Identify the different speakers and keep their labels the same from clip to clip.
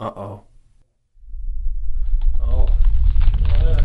Speaker 1: Uh oh.
Speaker 2: Oh.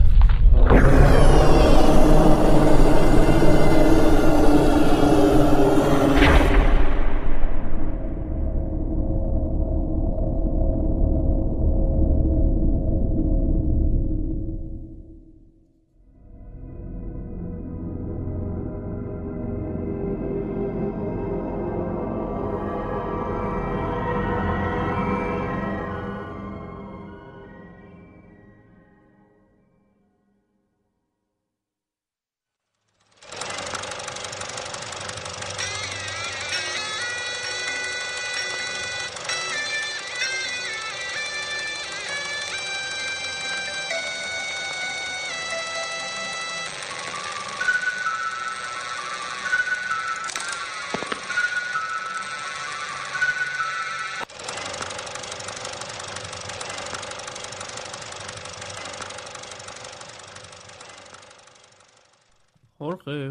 Speaker 1: Jorge.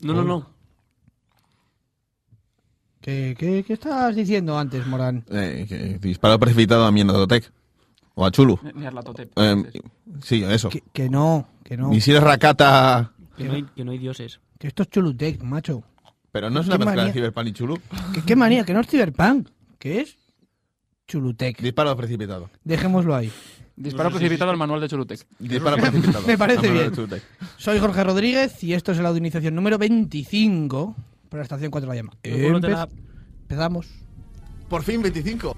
Speaker 1: No, no, no.
Speaker 3: ¿Qué, qué, qué estabas diciendo antes, Morán?
Speaker 4: Eh, que disparo precipitado a mi Totec. O a Chulu.
Speaker 2: Ni Arlatotep.
Speaker 4: Eh, sí, eso.
Speaker 3: Que, que no, que no.
Speaker 4: Misiles Rakata.
Speaker 1: Que no, hay, que no hay dioses.
Speaker 3: Que esto es Chulutec, macho.
Speaker 4: Pero no es una
Speaker 3: Qué
Speaker 4: mezcla de
Speaker 3: manía.
Speaker 4: Cyberpunk y Chulu.
Speaker 3: Que- ¿Qué manía? Que no es Cyberpunk. ¿Qué es? Chulutec.
Speaker 4: Disparo precipitado.
Speaker 3: Dejémoslo ahí.
Speaker 2: Disparo precipitado al manual de Chulutec.
Speaker 4: Disparo precipitado.
Speaker 3: Me parece
Speaker 4: A mano
Speaker 3: bien.
Speaker 4: de Chulutec.
Speaker 3: Soy Jorge Rodríguez y esto es el audio iniciación número 25 para la estación 4 la llama.
Speaker 1: Luego te la-
Speaker 3: Empezamos.
Speaker 4: Por fin 25.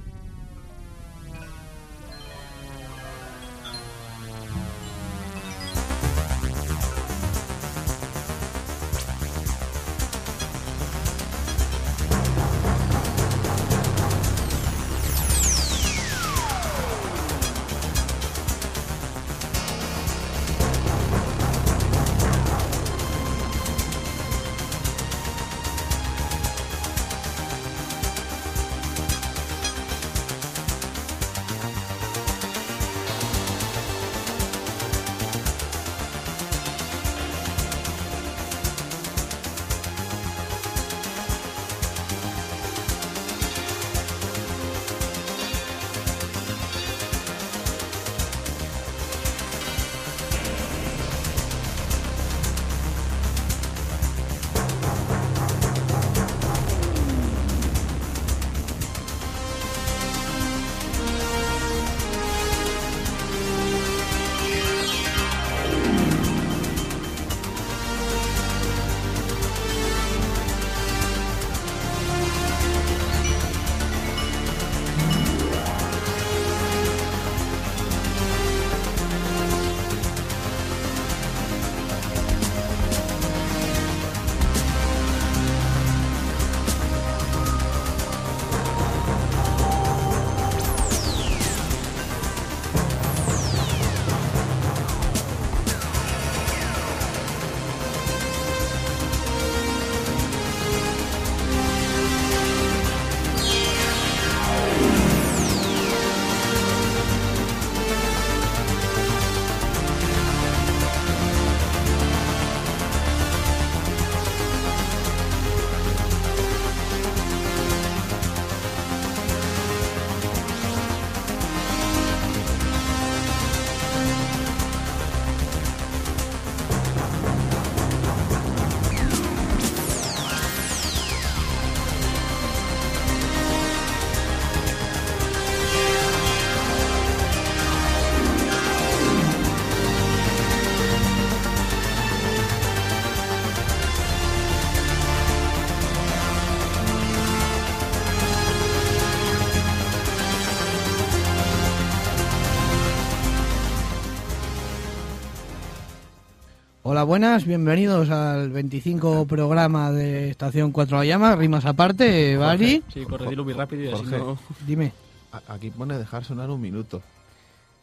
Speaker 3: Hola, buenas, bienvenidos al 25 programa de Estación 4 la llama, rimas aparte, Bari.
Speaker 1: Sí, corredilo muy rápido y así
Speaker 4: Jorge.
Speaker 1: no.
Speaker 3: Dime.
Speaker 4: A- Aquí pone dejar sonar un minuto.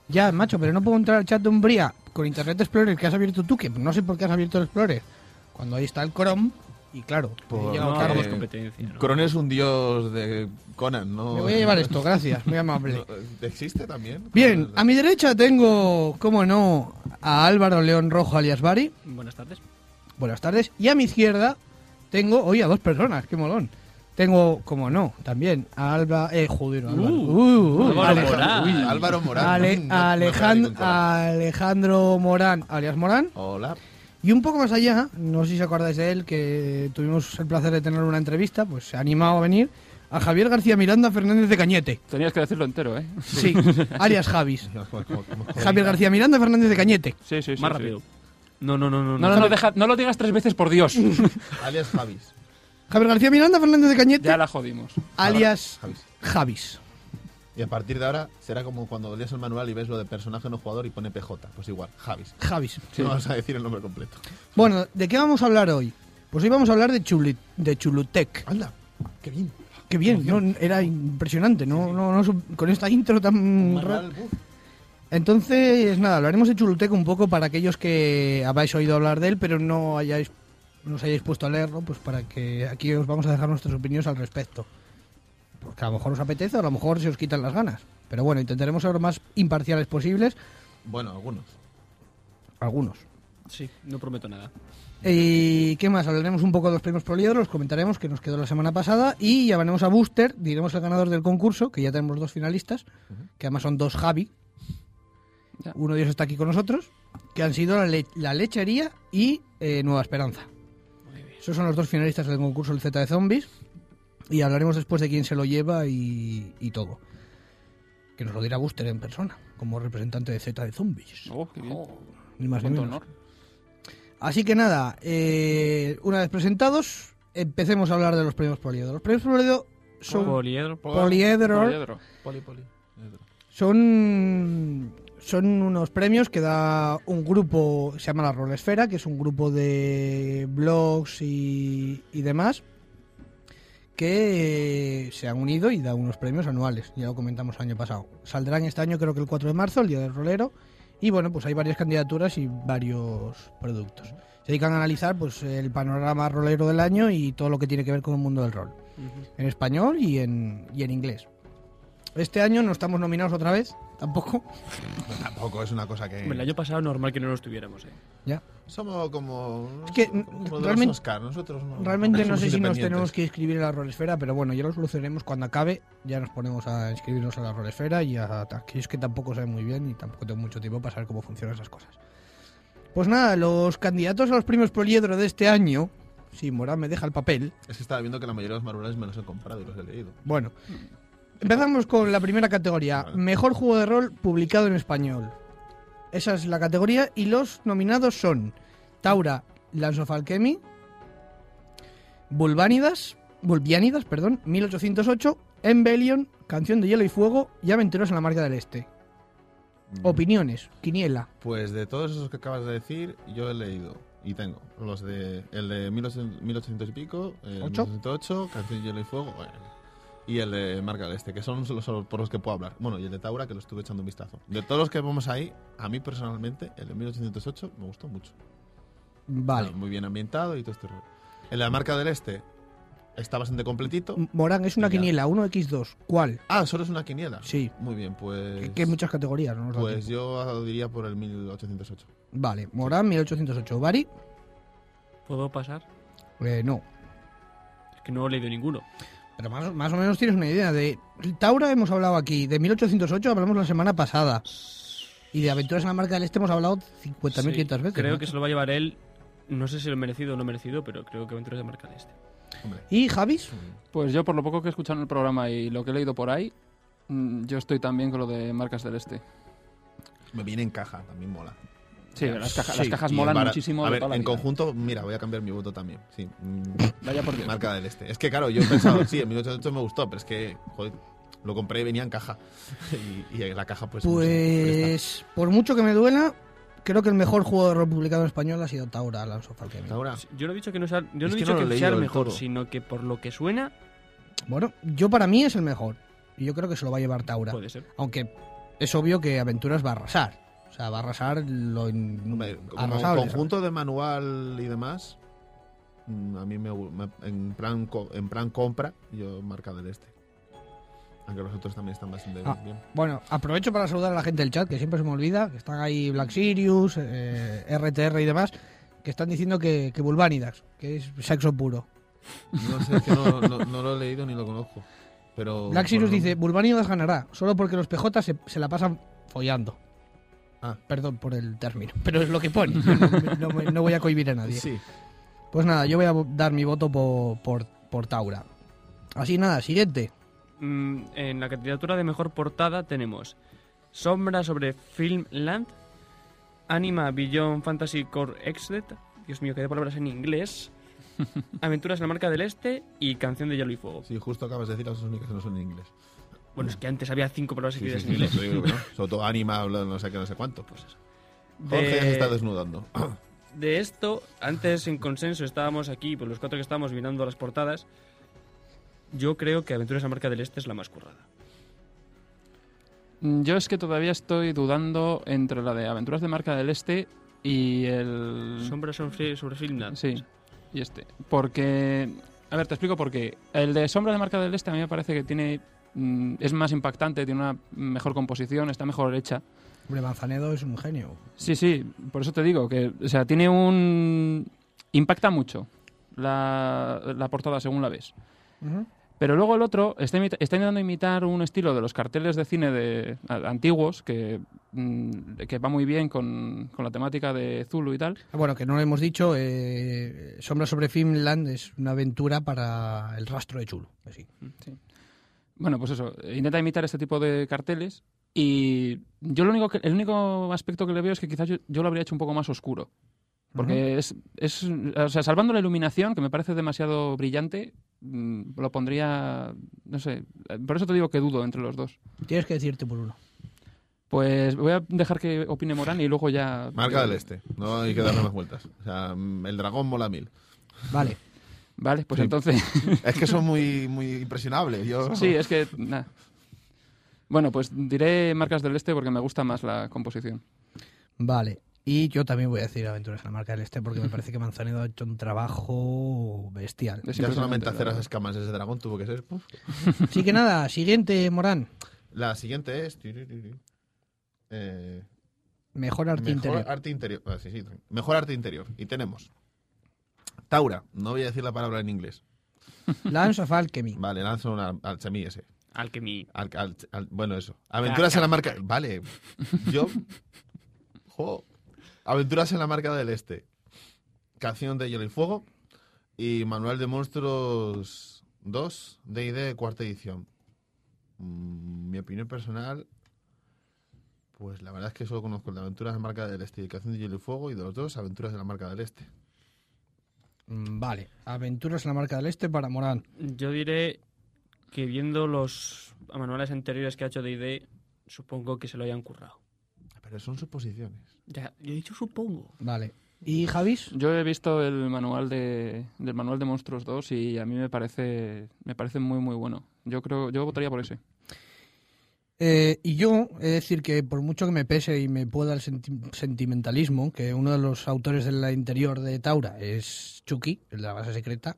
Speaker 3: Ya, macho, pero no puedo entrar al chat de Umbría con Internet Explorer que has abierto tú, que no sé por qué has abierto el Explorer. Cuando ahí está el Chrome, y claro,
Speaker 4: Por-
Speaker 3: he llegado
Speaker 1: No
Speaker 3: tarde.
Speaker 1: hagamos
Speaker 4: eh,
Speaker 1: competencia. ¿no?
Speaker 4: Coron es un dios de Conan, ¿no?
Speaker 3: Me voy a llevar esto, gracias, muy amable.
Speaker 4: No, ¿Existe también?
Speaker 3: Bien, a mi derecha tengo, cómo no, a Álvaro León Rojo alias Bari.
Speaker 1: Buenas tardes.
Speaker 3: Buenas tardes. Y a mi izquierda tengo hoy a dos personas, qué molón. Tengo, como no, también a Alba. Eh, joder, no, Álvaro.
Speaker 1: Uh,
Speaker 3: Uh, uh,
Speaker 1: Álvaro
Speaker 3: Alej-
Speaker 1: Morán.
Speaker 4: Uy, Álvaro Morán.
Speaker 3: Ale-
Speaker 4: Mm, no- no me
Speaker 3: Alejandro,
Speaker 4: vale controlar.
Speaker 3: Alejandro Morán, alias Morán.
Speaker 4: Hola.
Speaker 3: Y un poco más allá, no sé si os acordáis de él, que tuvimos el placer de tener una entrevista, pues se ha animado a venir, a Javier García Miranda Fernández de Cañete.
Speaker 2: Tenías que decirlo entero, ¿eh?
Speaker 3: Sí, alias Javis. Javier García Miranda Fernández de Cañete.
Speaker 2: Sí, sí, sí.
Speaker 1: Más
Speaker 2: sí.
Speaker 1: rápido. No, no, no, no.
Speaker 2: No, no, no, deja, no lo digas tres veces, por Dios.
Speaker 4: Alias Javis.
Speaker 3: Javier García Miranda Fernández de Cañete,
Speaker 2: ya la jodimos.
Speaker 3: alias
Speaker 4: Javis.
Speaker 3: Javis.
Speaker 4: Y a partir de ahora será como cuando lees el manual y ves lo de personaje no jugador y pone PJ. Pues igual, Javis.
Speaker 3: Javis.
Speaker 4: No vas a decir el nombre completo.
Speaker 3: Bueno, ¿de qué vamos a hablar hoy? Pues hoy vamos a hablar de, Chuli- de Chulutec.
Speaker 4: Anda, qué bien.
Speaker 3: Qué bien, ¿no? era impresionante, ¿no? No, no, sub- con esta intro tan rara.
Speaker 4: Manual, buf.
Speaker 3: Entonces, nada, hablaremos de Chulutec un poco para aquellos que habéis oído hablar de él, pero no hayáis no os hayáis puesto a leerlo, pues para que aquí os vamos a dejar nuestras opiniones al respecto. Porque a lo mejor os apetece, o a lo mejor se os quitan las ganas. Pero bueno, intentaremos ser lo más imparciales posibles,
Speaker 4: Bueno, algunos.
Speaker 3: algunos.
Speaker 1: Sí, no prometo nada.
Speaker 3: ¿Y Eh, qué más? Hablaremos un poco de los premios Prolier, los comentaremos que nos quedó la semana pasada y llamaremos a Booster, diremos el ganador del concurso, que ya tenemos dos finalistas, que además son dos Javi.
Speaker 2: Ya.
Speaker 3: Uno de ellos está aquí con nosotros, que han sido la, le- la Lechería y eh, Nueva Esperanza. Esos son los dos finalistas del concurso del Z de Zombies y hablaremos después de quién se lo lleva y, y todo. Que nos lo dirá Booster en persona, como representante de Z de Zombies.
Speaker 2: Oh, qué bien.
Speaker 3: Ni más ni
Speaker 2: Cuánto
Speaker 3: menos.
Speaker 2: honor.
Speaker 3: Así que nada, eh, una vez presentados, empecemos a hablar de los premios Poliedro. Los premios Poliedro son,
Speaker 1: Poliedro.
Speaker 3: Poliedro
Speaker 2: Poliedro.
Speaker 4: Poli, poli.
Speaker 3: son, son unos premios que da un grupo, se llama La Rolesfera, que es un grupo de blogs y, y demás, que eh, se han unido y da unos premios anuales, ya lo comentamos el año pasado. Saldrán este año creo que el 4 de marzo, el Día del Rolero, y bueno, pues hay varias candidaturas y varios productos. Se dedican a analizar pues el panorama rolero del año y todo lo que tiene que ver con el mundo del rol en español y en, y en inglés. Este año no estamos nominados otra vez, tampoco.
Speaker 4: No, tampoco es una cosa
Speaker 1: Hombre, El
Speaker 4: que.
Speaker 1: año pasado normal que no nos tuviéramos, ¿eh?
Speaker 3: Ya.
Speaker 4: Somos como.
Speaker 3: Es que,
Speaker 4: como los
Speaker 3: realmente-
Speaker 4: Oscar. Nosotros no.
Speaker 3: Realmente no
Speaker 4: somos
Speaker 3: sé si nos
Speaker 4: independientes.
Speaker 3: tenemos que inscribir a la rolesfera, pero bueno, ya lo solucionaremos cuando acabe. Ya nos ponemos a inscribirnos a la rolesfera y a a aquellos que tampoco saben muy bien y tampoco tengo mucho tiempo para saber cómo funcionan esas cosas. Pues nada, los candidatos a los premios Poliedro de este año, si Morán me deja el papel,
Speaker 4: Es que estaba viendo que la mayoría de los manuales me los he comprado y los he leído.
Speaker 3: Bueno, empezamos con la primera categoría:
Speaker 4: Vale.
Speaker 3: Mejor juego de rol publicado en español. Esa es la categoría y los nominados son Taura, Lance of Alchemy, Bulbánidas, Bulbiánidas, perdón, 1808, Embellion, Canción de Hielo y Fuego y Aventuras en la Marca del Este.
Speaker 4: Mm.
Speaker 3: Opiniones, Quiniela.
Speaker 4: Pues de todos esos que acabas de decir, yo he leído y tengo los de el de 1800, 1800 y pico, el
Speaker 3: ¿Ocho?
Speaker 4: 1808, Canción de Hielo y Fuego, bueno, y el de Marca del Este, que son los los por los que puedo hablar. Bueno, y el de Taura, que lo estuve echando un vistazo. De todos los que vemos ahí, a mí personalmente, el de 1808 me gustó mucho.
Speaker 3: Vale.
Speaker 4: Está Muy bien ambientado y todo este rollo. El de la Marca del Este está bastante completito.
Speaker 3: M- Morán, es una
Speaker 4: Ya.
Speaker 3: quiniela, 1x2. ¿Cuál?
Speaker 4: Ah, solo es una quiniela.
Speaker 3: Sí.
Speaker 4: Muy bien, pues.
Speaker 3: Que- Que hay muchas categorías, no nos da
Speaker 4: Pues
Speaker 3: tiempo.
Speaker 4: yo diría por el 1808.
Speaker 3: Vale, Morán, 1808. ¿Bari?
Speaker 1: ¿Puedo pasar?
Speaker 3: Eh, no.
Speaker 1: Es que no he leído ninguno.
Speaker 3: Pero más, más o menos tienes una idea de Taura hemos hablado aquí, de 1808 hablamos la semana pasada y de Aventuras en la Marca del Este hemos hablado 50.500
Speaker 1: Sí,
Speaker 3: veces.
Speaker 1: Creo
Speaker 3: ¿no?
Speaker 1: que se lo va a llevar él. No sé si lo merecido o no merecido, pero creo que Aventuras de Marca del Este.
Speaker 4: Hombre.
Speaker 3: ¿Y Javis?
Speaker 2: Pues yo, por lo poco que he escuchado en el programa y lo que he leído por ahí, mm, yo estoy también con lo de marcas del este.
Speaker 4: Me viene en caja, también mola.
Speaker 2: Sí, las, caja-
Speaker 4: Sí,
Speaker 2: las cajas
Speaker 4: y el
Speaker 2: molan
Speaker 4: bara-
Speaker 2: muchísimo.
Speaker 4: A
Speaker 2: de
Speaker 4: ver,
Speaker 2: toda la
Speaker 4: en
Speaker 2: vida.
Speaker 4: conjunto, mira, voy a cambiar mi voto también. Sí, mm,
Speaker 2: Vaya por Dios.
Speaker 4: marca del este. Es que claro, yo he pensado, sí, en 1808 me gustó, pero es que, joder, lo compré y venía en caja. Y, y la caja, pues. no sé,
Speaker 3: Pues
Speaker 4: presta.
Speaker 3: por mucho que me duela, creo que el mejor juego de rol publicado en español ha sido Taura, Alonso Falcón.
Speaker 4: Ahora,
Speaker 1: Sí, Yo no he dicho que no sea, yo
Speaker 4: Ah. Es
Speaker 1: no he
Speaker 4: que
Speaker 1: dicho
Speaker 4: no lo he
Speaker 1: que
Speaker 4: leído
Speaker 1: sea el
Speaker 4: del
Speaker 1: mejor,
Speaker 4: todo.
Speaker 1: sino que por lo que suena,
Speaker 3: Bueno, yo para mí es el mejor y yo creo que se lo va a llevar Taura.
Speaker 1: puede ser.
Speaker 3: Aunque es obvio que Aventuras va a arrasar. O sea, va a arrasar lo in-
Speaker 4: hombre, como
Speaker 3: arrasable.
Speaker 4: conjunto de manual y demás, mm, a mí me, gu- me- en, plan, co- en plan compra, yo marca del este. Aunque los otros también están bastante
Speaker 3: Ah.
Speaker 4: bien.
Speaker 3: Bueno, aprovecho para saludar a la gente del chat, que siempre se me olvida, que están ahí Black Sirius, eh, RTR y demás, que están diciendo que, que Vulvanidax, que es sexo puro.
Speaker 4: No sé, es que no, no- no lo he leído ni lo conozco. Pero.
Speaker 3: Black Sirius
Speaker 4: por-
Speaker 3: dice, Bulbanidas ganará, solo porque los PJ se, se la pasan follando.
Speaker 4: Ah.
Speaker 3: Perdón por el término, pero es lo que pone. Yo No, no me- no voy a cohibir a nadie.
Speaker 4: Sí.
Speaker 3: Pues nada, yo voy a vo- dar mi voto po- por, por Taura. Así nada, siguiente.
Speaker 1: Mm, en la candidatura de mejor portada tenemos Sombra sobre Filmland, Anima Beyond Fantasy Core Exit, Dios mío, que de palabras en inglés, Aventuras en la Marca del Este y Canción de Hielo y Fuego.
Speaker 4: Sí, justo acabas de decir las únicas que no son en inglés.
Speaker 1: Bueno, es que antes había cinco palabras
Speaker 4: Sí,
Speaker 1: seguidas
Speaker 4: sí, sí,
Speaker 1: en inglés.
Speaker 4: te digo que no. Sobre todo anima, habla de no sé qué, no sé cuánto.
Speaker 1: Pues eso.
Speaker 4: Jorge ya se está
Speaker 1: De-
Speaker 4: desnudando.
Speaker 1: de esto, antes en consenso estábamos aquí, pues los cuatro que estábamos mirando las portadas. Yo creo que Aventuras en la Marca del Este es la más currada.
Speaker 2: Mm, Yo es que todavía estoy dudando entre la de Aventuras de Marca del Este y el...
Speaker 4: Mm.
Speaker 1: Sombra sobre, sobre Filmland.
Speaker 2: Sí, y este. Porque... A ver, te explico por qué. El de Sombra de Marca del Este a mí me parece que tiene... mm, Es más impactante, tiene una mejor composición, está mejor hecha.
Speaker 3: Hombre, Manzanedo es un genio.
Speaker 2: Sí, sí, por eso te digo que, o sea, tiene un... Impacta mucho la, la portada según la ves.
Speaker 3: Ujú.
Speaker 2: Pero luego el otro está, imita- está intentando imitar un estilo de los carteles de cine de, a- antiguos que, mm, que va muy bien con, con la temática de Zulu y tal.
Speaker 3: Ah, Bueno, que no lo hemos dicho, eh, Sombra sobre Finland es una aventura para el rastro de Chulo. Pues sí.
Speaker 2: Bueno, pues eso, intenta imitar este tipo de carteles y yo lo único que- el único aspecto que le veo es que quizás yo, yo lo habría hecho un poco más oscuro. Porque es, es, o sea, salvando la iluminación, que me parece demasiado brillante, mm, lo pondría, no sé, eh, por eso te digo que dudo entre los dos.
Speaker 3: Tienes que decirte por uno.
Speaker 2: Pues voy a dejar que opine Morán y luego ya...
Speaker 4: Marca del Este. No hay que darle más vueltas. O sea, mm, el dragón mola mil.
Speaker 3: Vale.
Speaker 2: Vale, pues
Speaker 4: Sí.
Speaker 2: entonces...
Speaker 4: Es que son muy, muy impresionables. Yo...
Speaker 2: Sí, es que. nah. Bueno, pues diré marcas del este porque me gusta más la composición.
Speaker 3: Vale. Y yo también voy a decir Aventuras en la Marca del Este porque me parece que Manzanedo ha hecho un trabajo bestial.
Speaker 2: Es
Speaker 4: ya solamente
Speaker 2: impresionante,
Speaker 4: hacer
Speaker 2: la
Speaker 4: las
Speaker 2: verdad.
Speaker 4: escamas de ese dragón tuvo que ser. puf.
Speaker 3: Así que nada, siguiente, Morán.
Speaker 4: La siguiente es. tiririri, eh,
Speaker 3: Mejor arte
Speaker 4: mejor
Speaker 3: interior.
Speaker 4: arte interior. Ah, sí, sí, tranqui- mejor arte interior. Y tenemos. Taura. No voy a decir la palabra en inglés.
Speaker 3: Lance of Alchemy.
Speaker 4: Vale, lanzo una al ese.
Speaker 1: Al que mi.
Speaker 4: Al- al- al- bueno, eso. Aventuras en la marca. Vale. Yo. Jo. Aventuras en la marca del Este. Canción de Hielo y Fuego. Y Manual de Monstruos 2, DD, cuarta edición. Mm, mi opinión personal. Pues la verdad es que solo conozco el de Aventuras en la marca del Este y Canción de Hielo y Fuego. Y de los dos, Aventuras en la marca del Este.
Speaker 3: Mm, Vale. Aventuras en la Marca del Este para Morán.
Speaker 1: Yo diré que viendo los manuales anteriores que ha hecho D&D, supongo que se lo hayan currado.
Speaker 4: Pero son suposiciones.
Speaker 1: Ya, yo he dicho supongo.
Speaker 3: Vale. ¿Y Javis?
Speaker 2: Yo he visto el manual de, del manual de Monstruos 2 y a mí me parece me parece muy muy bueno. Yo creo yo votaría por ese.
Speaker 3: Eh, y yo, es decir, que por mucho que me pese y me pueda el senti- sentimentalismo, que uno de los autores del interior de Taura es Chucky, el de la base secreta,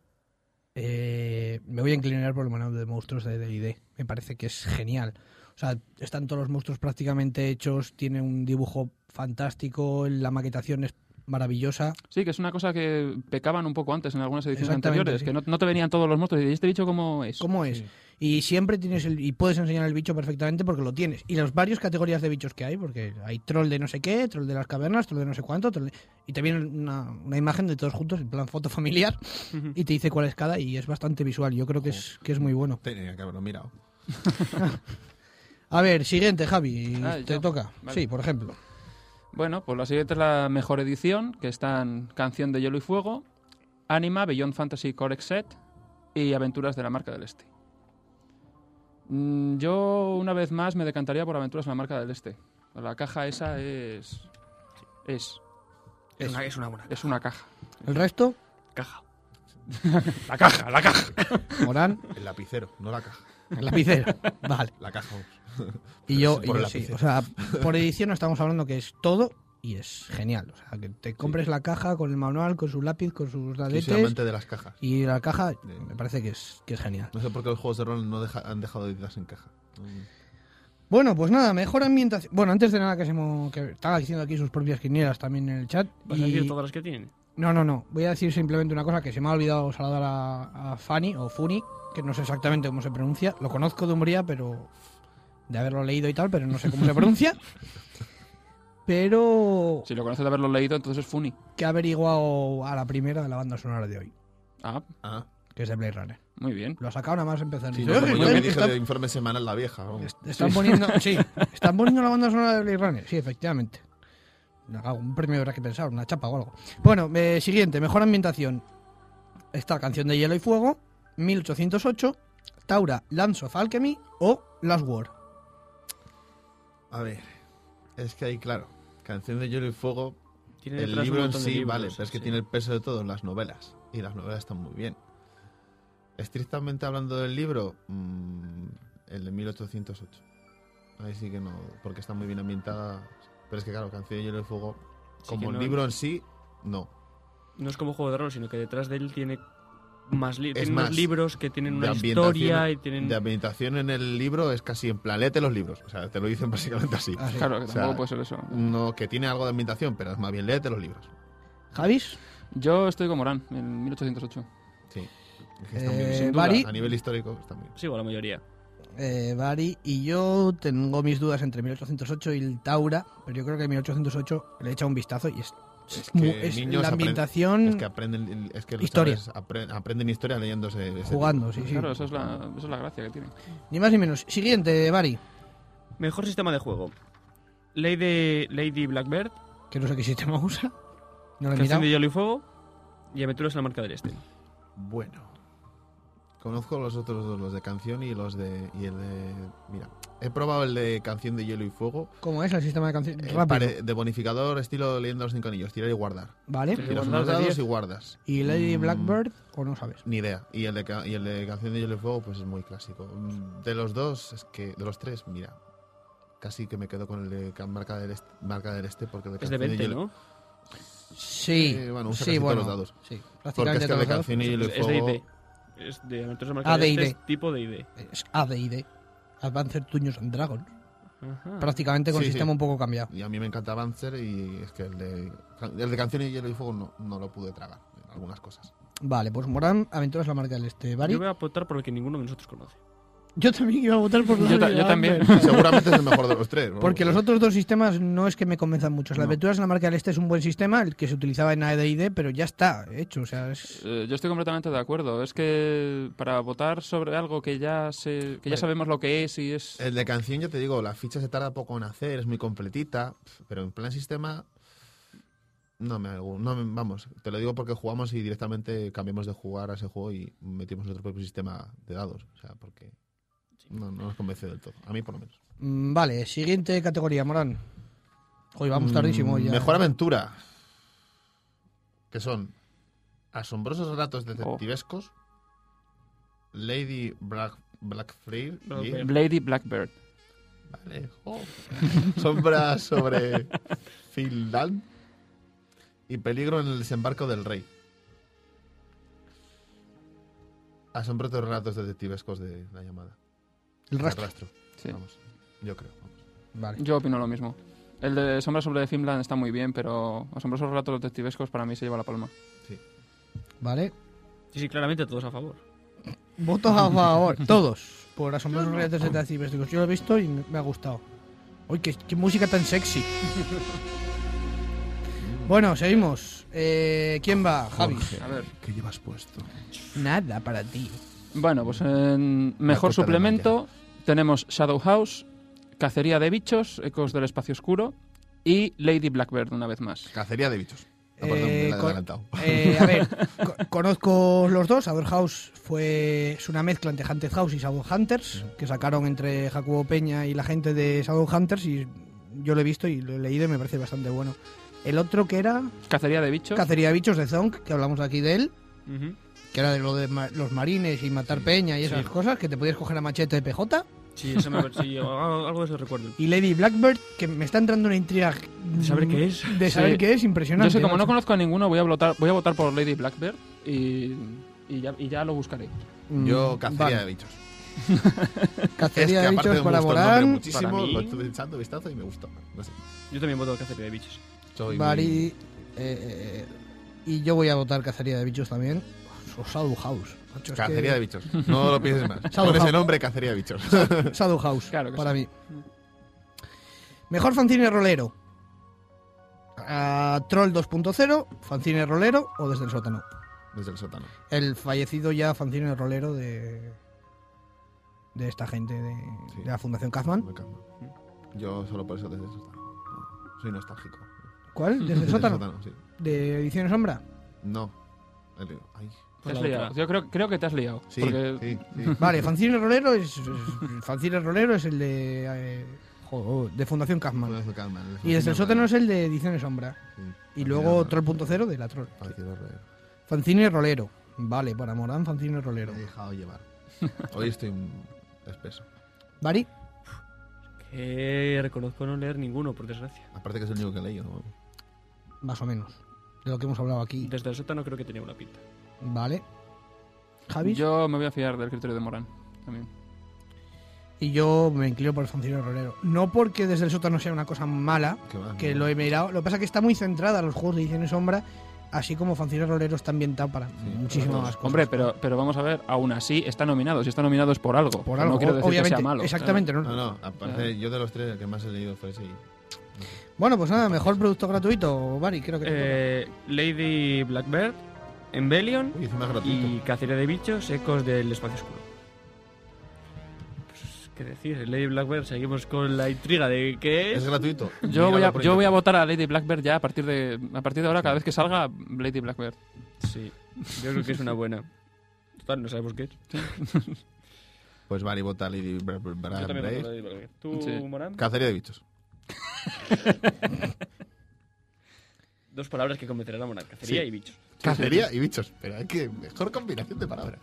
Speaker 3: eh, me voy a inclinar por el manual de monstruos de D&D. Me parece que es genial. O sea, están todos los monstruos prácticamente hechos, tiene un dibujo fantástico, la maquetación es maravillosa.
Speaker 2: Sí, que es una cosa que pecaban un poco antes en algunas ediciones
Speaker 3: Exactamente,
Speaker 2: anteriores,
Speaker 3: sí.
Speaker 2: que no, no te venían todos los monstruos y este bicho cómo es.
Speaker 3: ¿Cómo es? Y siempre tienes el, y puedes enseñar el bicho perfectamente porque lo tienes. Y las varias categorías de bichos que hay, porque hay troll de no sé qué, troll de las cavernas, troll de no sé cuánto, troll de- y te viene una, una imagen de todos juntos, en plan foto familiar, y te dice cuál es cada, y es bastante visual. Yo creo que es, que es muy bueno.
Speaker 4: Tenía que haberlo mirado.
Speaker 3: A ver, siguiente, Javi,
Speaker 2: Ah,
Speaker 3: te
Speaker 2: yo.
Speaker 3: toca.
Speaker 2: Vale.
Speaker 3: Sí, por ejemplo.
Speaker 2: Bueno, pues la siguiente es la mejor edición, que están Canción de Hielo y Fuego, Anima, Beyond Fantasy Core Set y Aventuras de la Marca del Este. Mm, Yo, una vez más, me decantaría por Aventuras de la Marca del Este. La caja esa es... Es,
Speaker 1: Es una, es una buena
Speaker 2: es una caja.
Speaker 3: El resto,
Speaker 1: caja.
Speaker 2: ¡La caja, la caja!
Speaker 3: Morán,
Speaker 4: El lapicero, no la caja.
Speaker 3: lapicero. Vale.
Speaker 4: La caja. vamos.
Speaker 3: Y yo,
Speaker 4: Por
Speaker 3: y yo
Speaker 4: el
Speaker 3: sí.
Speaker 4: lapicero.
Speaker 3: O sea, por edición estamos hablando que es todo y es genial. O sea, que te compres la caja con el manual, con su lápiz, con sus
Speaker 4: Yo soy
Speaker 3: dadetes.
Speaker 4: amante de las cajas.
Speaker 3: Y la caja me parece que es, que es genial.
Speaker 4: No sé por qué los juegos de rol no deja- han dejado editas en caja.
Speaker 3: Bueno, pues nada, mejor ambientación. Bueno, antes de nada que, se mo- que estaba diciendo aquí sus propias quinielas también en el chat.
Speaker 1: ¿Vas
Speaker 3: y-
Speaker 1: a decir todas las que tienen?
Speaker 3: No, no, no. Voy a decir simplemente una cosa que se me ha olvidado saludar a, a Fanny o Funi, que no sé exactamente cómo se pronuncia. Lo conozco de Umbría, pero de haberlo leído y tal, pero no sé cómo se pronuncia. Pero
Speaker 2: Si lo conoces de haberlo leído, entonces es funny.
Speaker 3: que ha averiguado a la primera de la banda sonora de hoy,
Speaker 2: Ah,
Speaker 4: Ah,
Speaker 3: que es de Blade Runner.
Speaker 2: muy bien.
Speaker 3: Lo ha sacado nada más empezar.
Speaker 4: sí,
Speaker 3: Y
Speaker 4: yo,
Speaker 3: dice, "Oye,
Speaker 4: como yo que
Speaker 3: ¿eh?
Speaker 4: dije
Speaker 3: Están-
Speaker 4: de informe semanal la vieja. vamos.
Speaker 3: est- Están poniendo, sí, están poniendo la banda sonora de Blade Runner, sí, efectivamente. Un premio habrá que pensar, una chapa o algo. Bueno, eh, siguiente, mejor ambientación. Está Canción de Hielo y Fuego, 1808, Taura, Lance of Alchemy o Last War.
Speaker 4: A ver, es que ahí, claro, Canción de Hielo y Fuego,
Speaker 1: Tiene
Speaker 4: el
Speaker 1: detrás un
Speaker 4: libro en
Speaker 1: montón de
Speaker 4: sí,
Speaker 1: libros,
Speaker 4: vale, pero es que
Speaker 1: sí.
Speaker 4: tiene el peso de todo en las novelas. Y las novelas están muy bien. Estrictamente hablando del libro, mm, el de 1808. Ahí sí que no, porque está muy bien ambientada. Pero es que, claro, Canción de Hielo y Fuego,
Speaker 1: Sí
Speaker 4: como
Speaker 1: que
Speaker 4: el
Speaker 1: no-
Speaker 4: libro en sí, no.
Speaker 1: No es como juego de rol, sino que detrás de él tiene más, li-
Speaker 4: Es
Speaker 1: tiene
Speaker 4: más,
Speaker 1: unos libros que tienen
Speaker 4: de
Speaker 1: una
Speaker 4: ambientación-
Speaker 1: historia y tienen.
Speaker 4: De ambientación en el libro es casi en plan, léete los libros. O sea, te lo dicen básicamente así.
Speaker 3: Ah, sí. mm.
Speaker 2: Claro, que
Speaker 4: O sea,
Speaker 2: tampoco puede ser eso.
Speaker 4: No, que tiene algo de ambientación, pero es más bien léete los libros.
Speaker 3: Javis,
Speaker 2: Yo estoy con Morán, en 1808.
Speaker 4: Sí. Es que está muy bien.
Speaker 3: Eh,
Speaker 4: Sin duda,
Speaker 3: Bari.
Speaker 4: a nivel histórico está muy bien.
Speaker 1: Sí, o la mayoría.
Speaker 3: eh, Bari y yo tengo mis dudas entre 1808 y el Taura, pero yo creo que 1808 le echa un vistazo y es,
Speaker 4: Es
Speaker 3: mu-
Speaker 4: que
Speaker 3: es
Speaker 4: niños
Speaker 3: la
Speaker 4: aprenden-
Speaker 3: ambientación
Speaker 4: Es que aprenden, es que los
Speaker 3: Historia.
Speaker 4: chavales apre- aprenden historia leyéndose. ese
Speaker 3: jugando, sí,
Speaker 4: tipo.
Speaker 3: sí.
Speaker 2: Claro, esa es, la, esa es la gracia que tiene.
Speaker 3: Ni más ni menos. Siguiente, Bari,
Speaker 1: Mejor sistema de juego. Ley de Lady Blackbird,
Speaker 3: que no sé qué sistema usa. No lo he
Speaker 1: Canción
Speaker 3: mirado.
Speaker 1: de Hielo y Fuego y Aventuras en la Marca del Este.
Speaker 4: Bueno. Conozco los otros dos, los de canción y los de. Y el de. Mira, he probado el de canción de hielo y fuego.
Speaker 3: ¿Cómo es el sistema de canción?
Speaker 4: eh,
Speaker 3: Rápido.
Speaker 4: pare- de bonificador, estilo leyendo los cinco anillos, tirar y guardar.
Speaker 3: Vale.
Speaker 1: Sí.
Speaker 4: Tiras
Speaker 1: guardar
Speaker 4: unos
Speaker 1: de
Speaker 4: dados
Speaker 1: diez.
Speaker 4: y guardas.
Speaker 3: ¿Y Lady
Speaker 4: Mm,
Speaker 3: Blackbird o no sabes?
Speaker 4: Ni idea. Y el, de, ca- y el de Canción de Hielo y Fuego, pues es muy clásico. Mm, De los dos, es que. De los tres, mira. Casi que me quedo con el de Ca- Marca del Este, marca del este porque el de
Speaker 1: Es de
Speaker 4: Canción
Speaker 1: 20,
Speaker 4: Hielo-
Speaker 1: ¿no?
Speaker 3: Sí.
Speaker 4: Eh, bueno, usa
Speaker 3: sí,
Speaker 4: casi todos
Speaker 3: bueno.
Speaker 4: los dados.
Speaker 3: Sí,
Speaker 4: Porque es
Speaker 3: prácticamente
Speaker 4: que el de
Speaker 3: todos los
Speaker 4: Canción de Hielo y
Speaker 1: Es de
Speaker 4: Fuego.
Speaker 1: ID. Es de Aventuras en la Marca
Speaker 3: Ah,
Speaker 1: del
Speaker 3: de
Speaker 1: Este,
Speaker 3: ID.
Speaker 1: es tipo de ID.
Speaker 3: dados. Es AD&D. Advanced Dungeons and Dragons.
Speaker 1: Ajá.
Speaker 3: Prácticamente con
Speaker 4: Ah. Sí, sí.
Speaker 3: sistema un poco cambiado.
Speaker 4: Y a mí me encanta Banzer y es que el de, el de Canción de Hielo y Fuego no, no lo pude tragar en algunas cosas.
Speaker 3: Vale, pues Morán, Aventuras la marca del Este. Bari.
Speaker 1: Yo
Speaker 3: Yo,
Speaker 1: voy a votar por el que ninguno de nosotros conoce.
Speaker 3: también iba a votar por
Speaker 2: Yo
Speaker 3: Lady
Speaker 2: ta- yo
Speaker 3: Blackbird.
Speaker 2: también.
Speaker 4: Seguramente es el mejor de los tres. ¿no?
Speaker 3: Porque los otros dos sistemas no es que me convenzan mucho. Las aventuras en la marca del este es un buen sistema, el que se utilizaba en AD&D, pero ya está hecho. O sea, es...
Speaker 2: Eh, yo estoy completamente de acuerdo. Es que para votar sobre algo que ya se, que ya
Speaker 4: Vale.
Speaker 2: sabemos lo que es y es...
Speaker 3: Eh.
Speaker 4: El de Canción, ya te digo, la ficha se tarda poco en hacer, es muy completita, pero en plan sistema. No me, hago- no me- Vamos, te lo digo porque jugamos y directamente cambiamos de jugar a ese juego y metimos nuestro propio sistema de dados. O sea, porque. No, no nos convence del todo. A mí, por lo menos.
Speaker 3: Mm, Vale, siguiente categoría, Morán. Hoy vamos tardísimo
Speaker 4: Mm,
Speaker 3: ya.
Speaker 4: Mejor aventura. Que son asombrosos relatos detectivescos, Lady Black, Blackfriar,
Speaker 1: Blackfriar.
Speaker 2: Lady Blackbird.
Speaker 4: vale, jo. sombras sobre Finland y peligro en el desembarco del rey. Asombrosos relatos detectivescos de la llamada.
Speaker 3: El rastro.
Speaker 2: Sí.
Speaker 4: Vamos, yo creo. vamos.
Speaker 3: Vale.
Speaker 2: Yo opino lo mismo. El de Sombra sobre Finland está muy bien, pero Asombrosos Relatos Detectivescos para mí se lleva la palma.
Speaker 3: Vale.
Speaker 1: Sí, sí, claramente todos a favor.
Speaker 3: Votos a favor. Todos. Por asombrosos relatos de detectives. Yo lo he visto y me ha gustado. Uy, qué, qué música tan sexy. bueno, seguimos. Eh, ¿Quién va? Javis.
Speaker 4: Jorge,
Speaker 2: A ver.
Speaker 4: ¿Qué llevas puesto?
Speaker 3: Nada para ti.
Speaker 2: Bueno, pues en mejor
Speaker 4: costa de
Speaker 2: suplemento tenemos Shadow House, Cacería de Bichos, Ecos del Espacio Oscuro y Lady Blackbird una vez más.
Speaker 4: Cacería de bichos. Ah,
Speaker 3: Eh,
Speaker 4: perdón, me la he
Speaker 3: con-
Speaker 4: adelantado.
Speaker 3: Eh, a ver, co- conozco los dos. Our House fue es una mezcla entre Haunted House y Shadow Hunters, que sacaron entre Jacobo Peña y la gente de Shadow Hunters. Y yo lo he visto y lo he leído y me parece bastante bueno. El otro que era
Speaker 2: Cacería de Bichos.
Speaker 3: Cacería de Bichos de Zonk, que hablamos aquí de él,
Speaker 1: Ujú.
Speaker 3: que era de lo de ma- los marines y matar
Speaker 4: Sí,
Speaker 3: peña y esas
Speaker 1: sí.
Speaker 3: cosas, que te podías coger a machete de PJ.
Speaker 1: Sí, eso me sí, algo algo de eso recuerdo.
Speaker 3: Y Lady Blackbird, que me está entrando una intriga.
Speaker 1: ¿De saber qué es?
Speaker 3: De saber
Speaker 2: Sí.
Speaker 3: qué es, impresionante.
Speaker 2: Yo sé, como no
Speaker 3: macho.
Speaker 2: conozco a ninguno, voy a votar, voy a votar por Lady Blackbird y, y ya, y ya lo buscaré.
Speaker 4: Yo
Speaker 3: Mm,
Speaker 4: cacería
Speaker 3: vale.
Speaker 4: de bichos.
Speaker 3: Cacería de
Speaker 4: aparte
Speaker 3: Bichos
Speaker 4: me
Speaker 3: para
Speaker 4: gustó el nombre
Speaker 3: Morán.
Speaker 4: muchísimo,
Speaker 1: para mí.
Speaker 4: lo estuve echando vistazo y me gustó. No sé,
Speaker 1: Yo también voto a Cacería de Bichos.
Speaker 4: soy muy-
Speaker 3: Bari, eh, eh, Y yo voy a votar Cacería de Bichos también. O Shadow House. macho, es que-
Speaker 4: Cacería de bichos. No lo pienses más.
Speaker 3: Salvo-
Speaker 4: Con ese nombre, cacería de bichos.
Speaker 3: Shadow House,
Speaker 2: Claro que
Speaker 3: para
Speaker 2: sí.
Speaker 3: mí. Mejor fanzine rolero. Ah, Troll 2.0, fanzine rolero o desde el sótano.
Speaker 4: Desde el sótano.
Speaker 3: El fallecido ya fanzine rolero de de esta gente de,
Speaker 4: Sí.
Speaker 3: de la Fundación Kazman.
Speaker 4: Me calma. Yo solo por eso desde el sótano. Soy nostálgico.
Speaker 3: ¿Cuál? Desde el
Speaker 4: Desde
Speaker 3: sótano.
Speaker 4: el sótano, sí.
Speaker 3: De Ediciones Sombra.
Speaker 4: No. El- Ay.
Speaker 2: Te has liado. Yo creo, creo que te has liado.
Speaker 4: Sí,
Speaker 2: porque
Speaker 4: sí, sí.
Speaker 3: Vale, fanzine rolero es, es- fanzine rolero es el de eh, jo- de Fundación Kazman.
Speaker 4: Fundación Kazman,
Speaker 3: Y desde el sótano es el de Ediciones Sombra.
Speaker 4: Sí.
Speaker 3: Y luego
Speaker 4: Fundación-
Speaker 3: Troll.0 de la Troll.
Speaker 4: Fundación Herrera.
Speaker 3: Fanzine rolero. Vale, para Morán, fanzine rolero.
Speaker 4: Me he dejado llevar. Hoy estoy mm, espeso.
Speaker 3: ¿Bari?
Speaker 1: Que reconozco no leer ninguno, por desgracia.
Speaker 4: Aparte que es el único que he leído. ¿no?
Speaker 3: Más o menos. De lo que hemos hablado aquí.
Speaker 1: Desde el sótano creo que tenía una pinta.
Speaker 3: Vale. Javis.
Speaker 2: yo me voy a fiar del criterio de Morán. También.
Speaker 3: Y yo me inclino por el fanzine rolero. No porque desde el sótano sea una cosa mala,
Speaker 4: ¿Qué más?
Speaker 3: que lo he mirado. Lo que pasa es que está muy centrada en los juegos de edición y sombra, así como fanzine rolero está ambientado para muchísimas
Speaker 4: para
Speaker 3: más cosas.
Speaker 2: Hombre, pero, pero vamos a ver, aún así está nominado. Si está nominado es por algo.
Speaker 3: por
Speaker 2: Que
Speaker 3: algo,
Speaker 2: No quiero decir
Speaker 3: obviamente.
Speaker 2: que sea malo.
Speaker 3: Exactamente, ¿no?
Speaker 4: No, no. Aparte, yo de los tres, el que más he leído fue ese. y-
Speaker 3: Bueno, pues nada, mejor producto gratuito, Bari, creo que te toca.
Speaker 1: Eh, Lady Blackbird, Embellion
Speaker 4: Uy, encima es gratuito.
Speaker 1: y Cacería de Bichos, Ecos del Espacio Oscuro. Pues, ¿Qué decir? Lady Blackbird, seguimos con la intriga de qué
Speaker 4: Es
Speaker 1: es.
Speaker 4: gratuito.
Speaker 2: Yo voy, a,
Speaker 4: Míralo por
Speaker 2: yo voy a
Speaker 4: internet.
Speaker 2: votar a Lady Blackbird ya a partir de a partir de ahora, cada vez que salga Lady Blackbird.
Speaker 1: Sí, yo creo que es una buena. Total, no sabemos qué es.
Speaker 4: Pues vale, vota Lady Bra- Bra- Bra- Brace.
Speaker 1: Lady Blackbird. ¿Tú,
Speaker 2: Sí.
Speaker 1: Morán?
Speaker 4: Cacería de bichos.
Speaker 1: Dos palabras que convencerán a Morán. Cacería
Speaker 4: Sí.
Speaker 1: y bichos.
Speaker 4: Cacería y bichos. Pero hay que. Mejor combinación de palabras.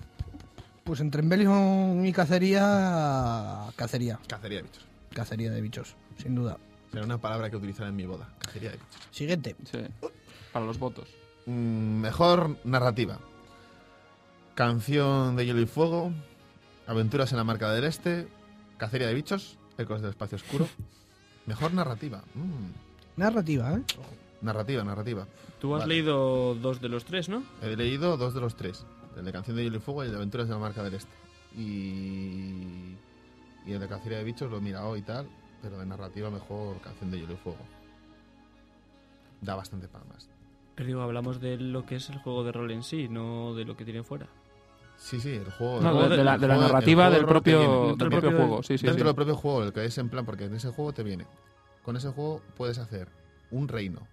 Speaker 3: Pues entre Embellion y cacería. Cacería.
Speaker 4: Cacería de bichos.
Speaker 3: Cacería de bichos, sin duda.
Speaker 4: Será una palabra que utilizaré en mi boda. Cacería de bichos.
Speaker 3: Siguiente.
Speaker 2: Sí. Para los votos.
Speaker 4: Mm, mejor narrativa. Canción de Hielo y Fuego. Aventuras en la Marca del Este. Cacería de bichos. Ecos del espacio oscuro. Mejor narrativa. Mm,
Speaker 3: Narrativa, ¿eh?
Speaker 4: narrativa, narrativa.
Speaker 1: Tú has
Speaker 4: Vale.
Speaker 1: leído dos de los tres, ¿no?
Speaker 4: He leído dos de los tres. El de Canción de Hielo y Fuego y el de Aventuras en la Marca del Este. Y... Y el de Cacería de Bichos lo he mirado y tal, pero de narrativa mejor Canción de Hielo y Fuego. Da bastante para más.
Speaker 1: Pero digo, hablamos de lo que es el juego de rol en sí, no de lo que tiene fuera.
Speaker 4: Sí, sí, el juego...
Speaker 2: No,
Speaker 4: el
Speaker 2: de,
Speaker 4: juego-
Speaker 2: de la,
Speaker 4: el
Speaker 2: de la
Speaker 4: juego- el
Speaker 2: narrativa
Speaker 4: juego
Speaker 2: del
Speaker 4: de rol que viene.
Speaker 2: propio,
Speaker 1: Dentro
Speaker 2: del
Speaker 1: del
Speaker 2: propio
Speaker 1: propio-
Speaker 2: juego. Sí, sí,
Speaker 4: Dentro
Speaker 2: sí.
Speaker 4: del propio juego, el que es en plan, porque en ese juego te viene. Con ese juego puedes hacer un reino,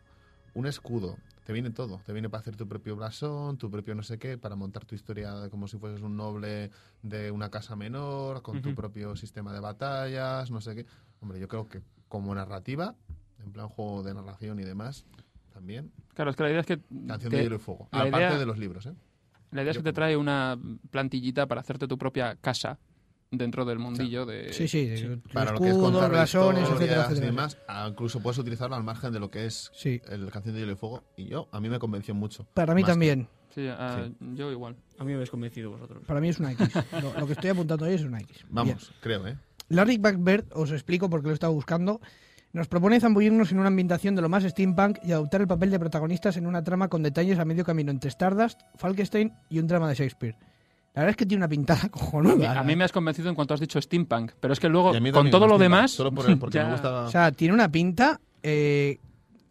Speaker 4: un escudo, te viene todo. Te viene para hacer tu propio blasón, tu propio no sé qué, para montar tu historia de como si fueses un noble de una casa menor, con tu
Speaker 1: Ujú.
Speaker 4: propio sistema de batallas, no sé qué. Hombre, yo creo que como narrativa, en plan juego de narración y demás, también.
Speaker 2: Claro, es que la idea es que,
Speaker 4: Canción
Speaker 2: que-
Speaker 4: de Hielo y Fuego.
Speaker 2: la
Speaker 4: Aparte
Speaker 2: idea-
Speaker 4: de los libros, ¿eh?
Speaker 2: la idea es que te trae una plantillita para hacerte tu propia casa dentro del mundillo de...
Speaker 3: Sí, sí. Escudos,
Speaker 4: Eh, Para lo que es contar
Speaker 3: blasones,
Speaker 4: historias
Speaker 3: etcétera,
Speaker 4: y
Speaker 3: etcétera.
Speaker 4: demás, ah, incluso puedes utilizarlo al margen de lo que es
Speaker 3: Sí.
Speaker 4: el canción de Hielo y Fuego y yo, a mí me convenció mucho.
Speaker 3: Para mí
Speaker 4: Más que-
Speaker 3: también.
Speaker 2: Sí, ah, yo igual.
Speaker 1: A mí me habéis convencido vosotros.
Speaker 3: Para mí es una X. lo, lo que estoy apuntando ahí es una X. Bien.
Speaker 4: Vamos, creo, ¿eh?
Speaker 3: Larry Blackbird, os explico porque lo he estado buscando, nos propone zambullirnos en una ambientación de lo más steampunk y adoptar el papel de protagonistas en una trama con detalles a medio camino entre Stardust, Falkenstein y un drama de Shakespeare. La verdad es que tiene una pintada cojonuda. ¿eh?
Speaker 2: A mí me has convencido en cuanto has dicho steampunk, pero es que luego,
Speaker 4: Y a mí
Speaker 2: Oh, con
Speaker 4: también,
Speaker 2: todo lo
Speaker 4: Steampunk,
Speaker 2: demás...
Speaker 4: Solo por el- porque
Speaker 2: ya-
Speaker 4: me gusta.
Speaker 3: O sea, tiene una pinta... eh,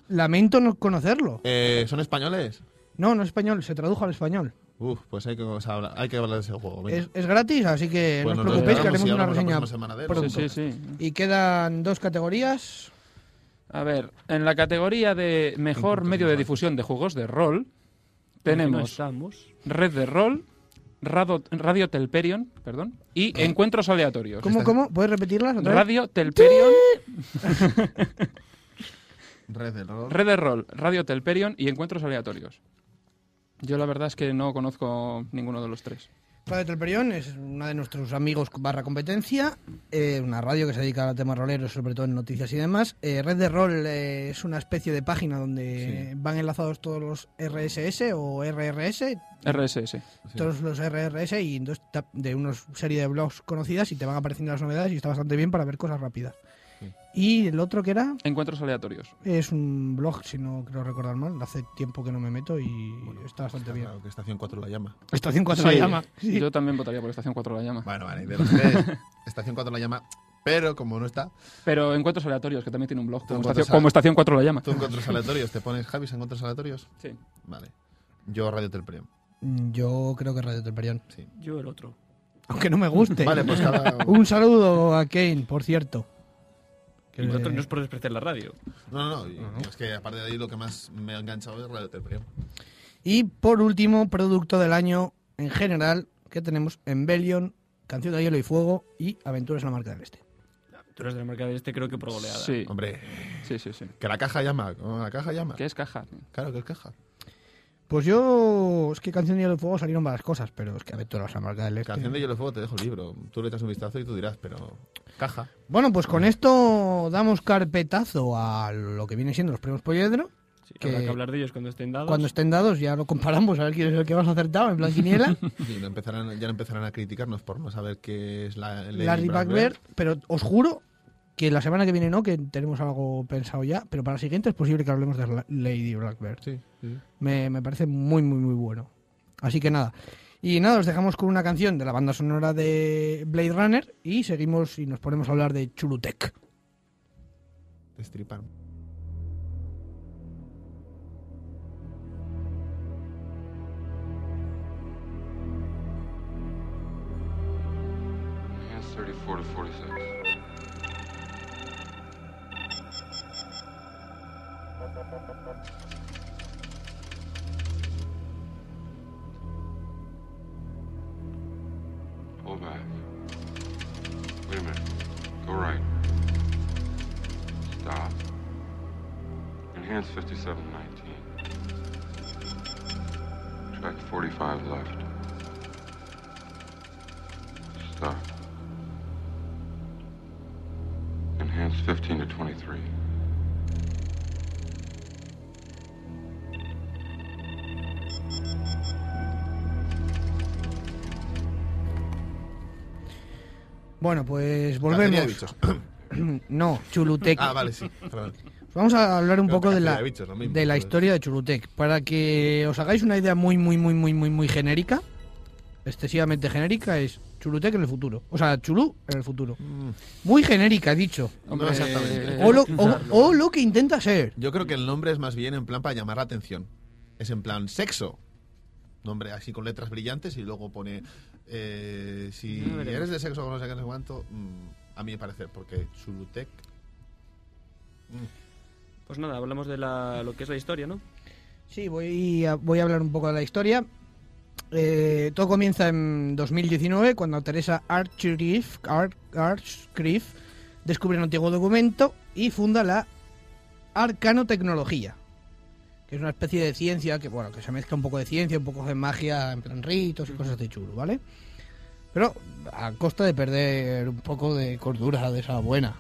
Speaker 3: lamento no conocerlo.
Speaker 4: Eh, ¿Son españoles?
Speaker 3: No, no es español, se tradujo al español.
Speaker 4: Uf, pues hay que, o sea, hablar, hay que hablar de ese juego. venga.
Speaker 3: Es, es gratis, así que
Speaker 4: Pues
Speaker 3: no os
Speaker 4: nos lo
Speaker 3: preocupéis que
Speaker 4: esperamos
Speaker 3: haremos una
Speaker 4: y hablamos la
Speaker 3: reseña.
Speaker 4: próxima semana de él.
Speaker 3: pronto.
Speaker 2: Sí, sí, sí.
Speaker 3: Y quedan dos categorías.
Speaker 2: A ver, en la categoría de mejor medio de difusión de juegos de
Speaker 1: No
Speaker 2: rol, tenemos
Speaker 1: estamos.
Speaker 2: Red de Rol, Radio, Radio Telperion, perdón, y Encuentros Aleatorios.
Speaker 3: ¿Cómo, cómo? ¿Puedes repetirlas? otra vez?
Speaker 2: Radio Telperion,
Speaker 4: Red del Rol.
Speaker 2: Red de Rol, Radio Telperion y Encuentros Aleatorios. Yo la verdad es que no conozco ninguno de los tres.
Speaker 3: Radio Telperión es una de nuestros amigos barra competencia, eh, una radio que se dedica a temas roleros, sobre todo en noticias y demás. Eh, Red de Rol eh, es una especie de página donde van enlazados todos los RSS o RRS,
Speaker 2: RSS.
Speaker 3: todos los RRS y entonces tap- de una serie de blogs conocidas y te van apareciendo las novedades y está bastante bien para ver cosas rápidas. Y el otro que era,
Speaker 2: Encuentros aleatorios.
Speaker 3: es un blog, si no creo recordar mal, hace tiempo que no me meto y está bastante
Speaker 4: Está
Speaker 3: bien.
Speaker 4: claro que Estación 4 la llama.
Speaker 3: Estación 4
Speaker 2: Sí,
Speaker 3: la llama. Sí.
Speaker 2: Yo también votaría por Estación 4 La Llama.
Speaker 4: Bueno, vale, de los tres, Estación 4 la llama, pero como no está,
Speaker 2: Pero Encuentros Aleatorios, que también tiene un blog, como
Speaker 4: Encuentros
Speaker 2: estación, como
Speaker 4: Ale-
Speaker 2: Estación 4 La Llama.
Speaker 4: tú encuentros aleatorios, te pones Javis encuentros aleatorios.
Speaker 2: Sí.
Speaker 4: Vale. Yo Radio Telprem,
Speaker 3: Mm, Yo creo que Radio Telperión.
Speaker 4: sí.
Speaker 1: Yo el otro.
Speaker 3: Aunque no me guste.
Speaker 4: Vale, pues cada...
Speaker 3: Un saludo a Kane, por cierto. Que
Speaker 1: Y
Speaker 3: le-
Speaker 1: el otro no es por despreciar la radio.
Speaker 4: No, no, no, es que aparte de ahí lo que más me ha enganchado es Radio Telprem.
Speaker 3: Y por último, producto del año en general, que tenemos Embellion, Canción de Hielo y Fuego y Aventuras en la Marca del Este.
Speaker 1: Tú eres de la marca del este, creo que por goleada.
Speaker 2: Sí,
Speaker 4: Hombre,
Speaker 2: sí, sí, sí.
Speaker 4: que la caja llama, ¿cómo la caja llama.
Speaker 2: ¿Qué es caja?
Speaker 4: Claro, que es caja.
Speaker 3: Pues yo, es que Canción de Hielo y Fuego salieron varias cosas, pero es que Aventuras en la Marca del Este.
Speaker 4: Canción de Hielo y Fuego, te dejo el libro. Tú le echas un vistazo y tú dirás, pero... Caja.
Speaker 3: Bueno, pues con esto damos carpetazo a lo que viene siendo los premios Polledro.
Speaker 1: Sí,
Speaker 3: Que-
Speaker 1: Habrá que hablar de ellos cuando estén dados.
Speaker 3: Cuando estén dados ya lo comparamos, a ver quién es el que más ha acertado en plan quiniela.
Speaker 4: Y lo empezarán, ya empezarán a criticarnos por no saber qué es la Lady
Speaker 3: Larry
Speaker 4: Blackbird.
Speaker 3: Blackbird, pero os juro que la semana que viene no, que tenemos algo pensado ya, pero para la siguiente es posible que hablemos de la- Lady Blackbird.
Speaker 4: Sí, sí.
Speaker 3: Me, me parece muy, muy, muy bueno. Así que nada. Y nada, os dejamos con una canción de la banda sonora de Blade Runner y seguimos y nos ponemos a hablar de Chulutec.
Speaker 4: Te estripan.
Speaker 5: Hands 34 to 46. Pull back. Wait a minute. Go right. Stop. Enhance 5719. Track 45 left. Stop. Enhance 15 to 23.
Speaker 3: Bueno, pues
Speaker 4: Cacería de
Speaker 3: volvemos.
Speaker 4: bichos.
Speaker 3: No, Chulutec.
Speaker 4: Ah, vale, sí. Perdón.
Speaker 3: Vamos a hablar un
Speaker 4: Creo
Speaker 3: poco
Speaker 4: que
Speaker 3: de la,
Speaker 4: cacería de bichos, lo mismo,
Speaker 3: de la
Speaker 4: pues.
Speaker 3: historia de Chulutec. Para que os hagáis una idea muy, muy, muy, muy, muy, muy genérica, excesivamente genérica, es Chulutec en el futuro. O sea, Chulú en el futuro.
Speaker 4: Mm,
Speaker 3: Muy genérica, dicho.
Speaker 2: Hombre,
Speaker 4: No exactamente.
Speaker 2: eh,
Speaker 3: O lo, o- o lo que intenta ser.
Speaker 4: Yo creo que el nombre es más bien en plan para llamar la atención. Es en plan sexo. Nombre así con letras brillantes y luego pone. eh, si
Speaker 1: Ya veremos.
Speaker 4: eres de sexo con no sé qué, no sé cuánto. mm, a mí me parece, porque Chulutec.
Speaker 1: Pues nada, hablamos de la, lo que es la historia, ¿no?
Speaker 3: Sí, voy a, voy a hablar un poco de la historia. Eh, todo comienza en 2019 cuando Teresa Archgrave, Ar- Archgrave descubre un antiguo documento y funda la Arcanotecnología, que es una especie de ciencia que bueno que se mezcla un poco de ciencia, un poco de magia, en plan ritos y cosas de chulo, ¿vale? Pero a costa de perder un poco de cordura de esa buena.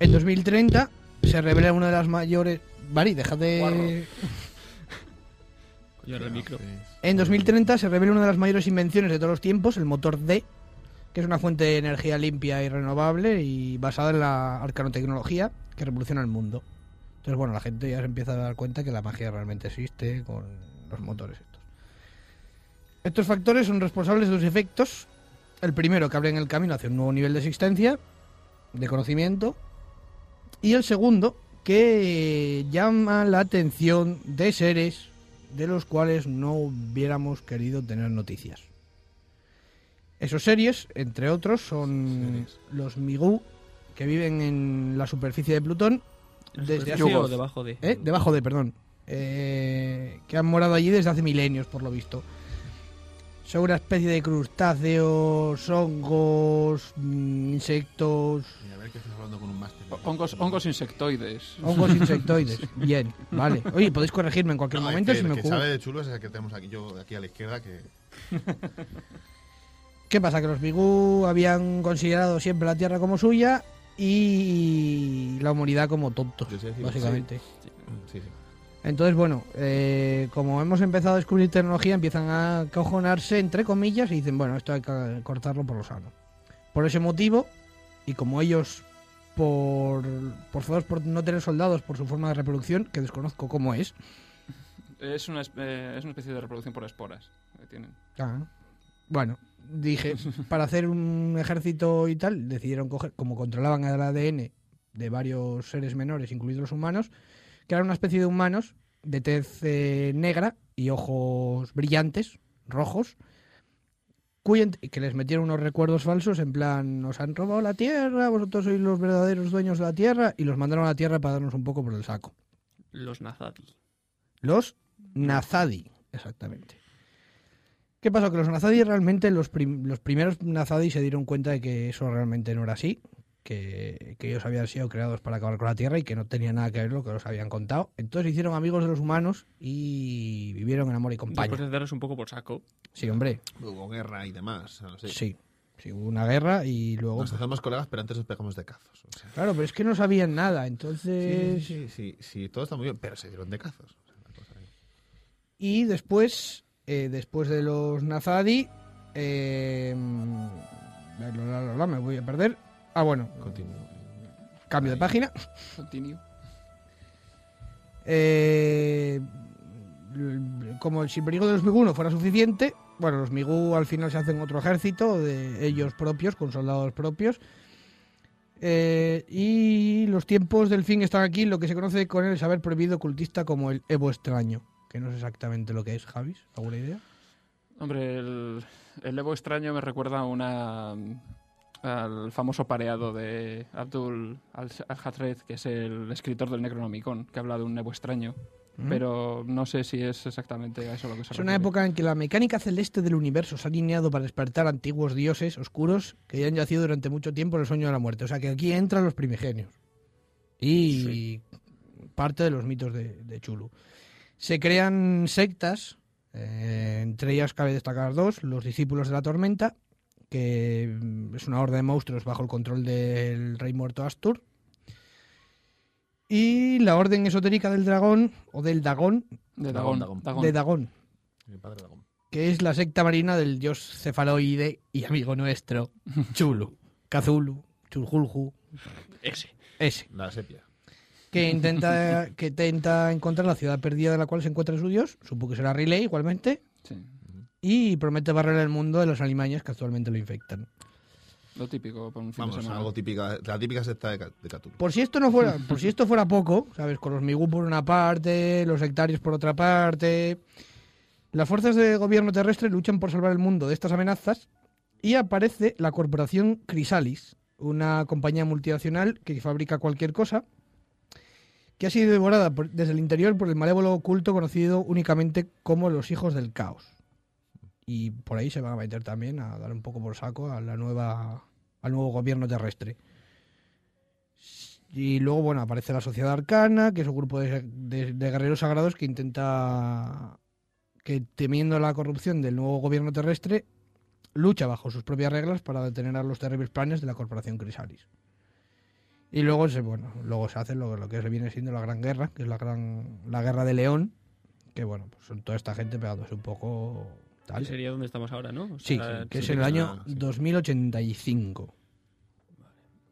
Speaker 3: En 2030 se revela una de las mayores... Vale, deja de...
Speaker 1: Yo era el micro.
Speaker 4: pues,
Speaker 3: En 2030 se revela una de las mayores invenciones de todos los tiempos, el motor D, que es una fuente de energía limpia y renovable y basada en la arcanotecnología que revoluciona el mundo. Entonces, bueno, la gente ya se empieza a dar cuenta que la magia realmente existe con los motores estos. Estos factores son responsables de los efectos. El primero, que abren el camino hacia un nuevo nivel de existencia, de conocimiento. Y el segundo, que llama la atención de seres de los cuales no hubiéramos querido tener noticias. Esos seres, entre otros, son
Speaker 4: Seres.
Speaker 3: los Migú, que viven en la superficie de Plutón desde hace-
Speaker 1: Yo debajo de.
Speaker 3: ¿Eh? Debajo de, perdón. Eh, que han morado allí desde hace milenios, por lo visto. Son una especie de crustáceos, hongos, mm, insectos,
Speaker 4: Y a ver que estás hablando con un máster.
Speaker 2: Hongos, hongos insectoides.
Speaker 3: hongos insectoides. Bien, vale. Oye, podéis corregirme en cualquier
Speaker 4: No,
Speaker 3: momento
Speaker 4: es que
Speaker 3: si me
Speaker 4: el que
Speaker 3: ocurre.
Speaker 4: sabe de chulo es el que tenemos aquí, yo aquí a la izquierda, que
Speaker 3: ¿Qué pasa? Que los Bigú habían considerado siempre la Tierra como suya y la humanidad como tontos,
Speaker 4: Yo sé decir-
Speaker 3: básicamente.
Speaker 4: mm, sí, sí.
Speaker 3: Entonces, bueno, eh, como hemos empezado a descubrir tecnología, empiezan a cojonarse, entre comillas, y dicen, bueno, esto hay que cortarlo por lo sano. Por ese motivo, y como ellos por, por forzados por no tener soldados por su forma de reproducción, que desconozco cómo es.
Speaker 2: Es una, es- eh, es una especie de reproducción por esporas que tienen.
Speaker 3: Ah, Bueno, dije, para hacer un ejército y tal, decidieron coger, como controlaban el ADN de varios seres menores, incluidos los humanos, crearon una especie de humanos de tez eh, negra y ojos brillantes, rojos, cuyo ent- que les metieron unos recuerdos falsos en plan, nos han robado la tierra, vosotros sois los verdaderos dueños de la tierra, y los mandaron a la tierra para darnos un poco por el saco.
Speaker 1: Los Nazati.
Speaker 3: Los Nazadi, exactamente. ¿Qué pasó? Que los Nazadi realmente, los, prim- los primeros Nazadi se dieron cuenta de que eso realmente no era así, que, que ellos habían sido creados para acabar con la Tierra y que no tenía nada que ver lo que los habían contado. Entonces se hicieron amigos de los humanos y vivieron en amor y
Speaker 1: Después
Speaker 3: compañía.
Speaker 1: de daros un poco por saco.
Speaker 3: Sí, hombre,
Speaker 4: Hubo guerra y demás. no sé.
Speaker 3: sí. sí. hubo una guerra y luego...
Speaker 4: Nos hacemos colegas, pero antes nos pegamos de cazos. o sea.
Speaker 3: Claro, pero es que no sabían nada,
Speaker 4: Sí,
Speaker 3: entonces...
Speaker 4: sí, sí, sí, todo está muy bien, pero se dieron de cazos. O sea, una cosa ahí.
Speaker 3: Y después, eh, después de los Nazadi, eh, la, la, la, la, me voy a perder. Ah, bueno,
Speaker 4: Continúo.
Speaker 3: cambio de página.
Speaker 2: Continuo.
Speaker 3: Eh, l- como si el peligro de los Migú no fuera suficiente, bueno, los Migú al final se hacen otro ejército de ellos propios, con soldados propios. Eh, y los tiempos del fin están aquí, lo que se conoce con el saber prohibido ocultista como el Evo extraño, que no es exactamente lo que es, Javis. ¿Alguna idea?
Speaker 2: Hombre, el, el Evo extraño me recuerda a una al famoso pareado de Abdul al-Hatred, que es el escritor del Necronomicon, que habla de un Evo extraño, pero no sé si es exactamente a eso lo que se
Speaker 3: ¿Mm? Es una
Speaker 2: refiere.
Speaker 3: época en que la mecánica celeste del universo se ha alineado para despertar antiguos dioses oscuros que ya han yacido durante mucho tiempo en el sueño de la muerte. O sea que aquí entran los primigenios. Y parte de los mitos de, de Chulu. Se crean sectas, eh, entre ellas cabe destacar dos, los discípulos de la tormenta, que mm, es una horda de monstruos bajo el control del rey muerto Astur, y la orden esotérica del dragón, o del Dagón,
Speaker 2: de
Speaker 4: Dagón,
Speaker 2: Dagón.
Speaker 4: Dagón.
Speaker 2: Dagón.
Speaker 3: de Dagón,
Speaker 4: Mi padre dragón.
Speaker 3: que es la secta marina del dios cefaloide y amigo nuestro, Chulu, Kazulu, Chulhulhu,
Speaker 1: Ese.
Speaker 3: ese,
Speaker 4: La sepia.
Speaker 3: que intenta, que intenta encontrar la ciudad perdida de la cual se encuentra su dios, supongo que será Riley igualmente,
Speaker 2: Sí,
Speaker 3: y promete barrer el mundo de los alimañas que actualmente lo infectan.
Speaker 2: lo típico para un fin de
Speaker 4: Vamos,
Speaker 2: semana.
Speaker 4: algo típica, la típica secta de, Ca- de Cthulhu.
Speaker 3: Por si esto no fuera, por si esto fuera poco, ¿sabes? Con los Migú por una parte, los sectarios por otra parte. Las fuerzas de gobierno terrestre luchan por salvar el mundo de estas amenazas y aparece la corporación Crisalis, una compañía multinacional que fabrica cualquier cosa, que ha sido devorada por- desde el interior por el malévolo oculto conocido únicamente como los hijos del caos. Y por ahí se van a meter también a dar un poco por saco a la nueva, al nuevo gobierno terrestre. Y luego, bueno, aparece la Sociedad Arcana, que es un grupo de, de- de guerreros sagrados que intenta que, temiendo la corrupción del nuevo gobierno terrestre, lucha bajo sus propias reglas para detener a los terribles planes de la Corporación Crisalis. Y luego se, bueno, luego se hace lo, lo que se viene siendo la Gran Guerra, que es la gran la Guerra de León, que bueno, pues son toda esta gente pegándose un poco tal.
Speaker 1: Que sería donde estamos ahora, ¿no? O
Speaker 3: Sí,
Speaker 1: sea,
Speaker 3: que es
Speaker 4: sí,
Speaker 3: en el
Speaker 4: que
Speaker 3: año
Speaker 4: está- sí.
Speaker 3: 2085.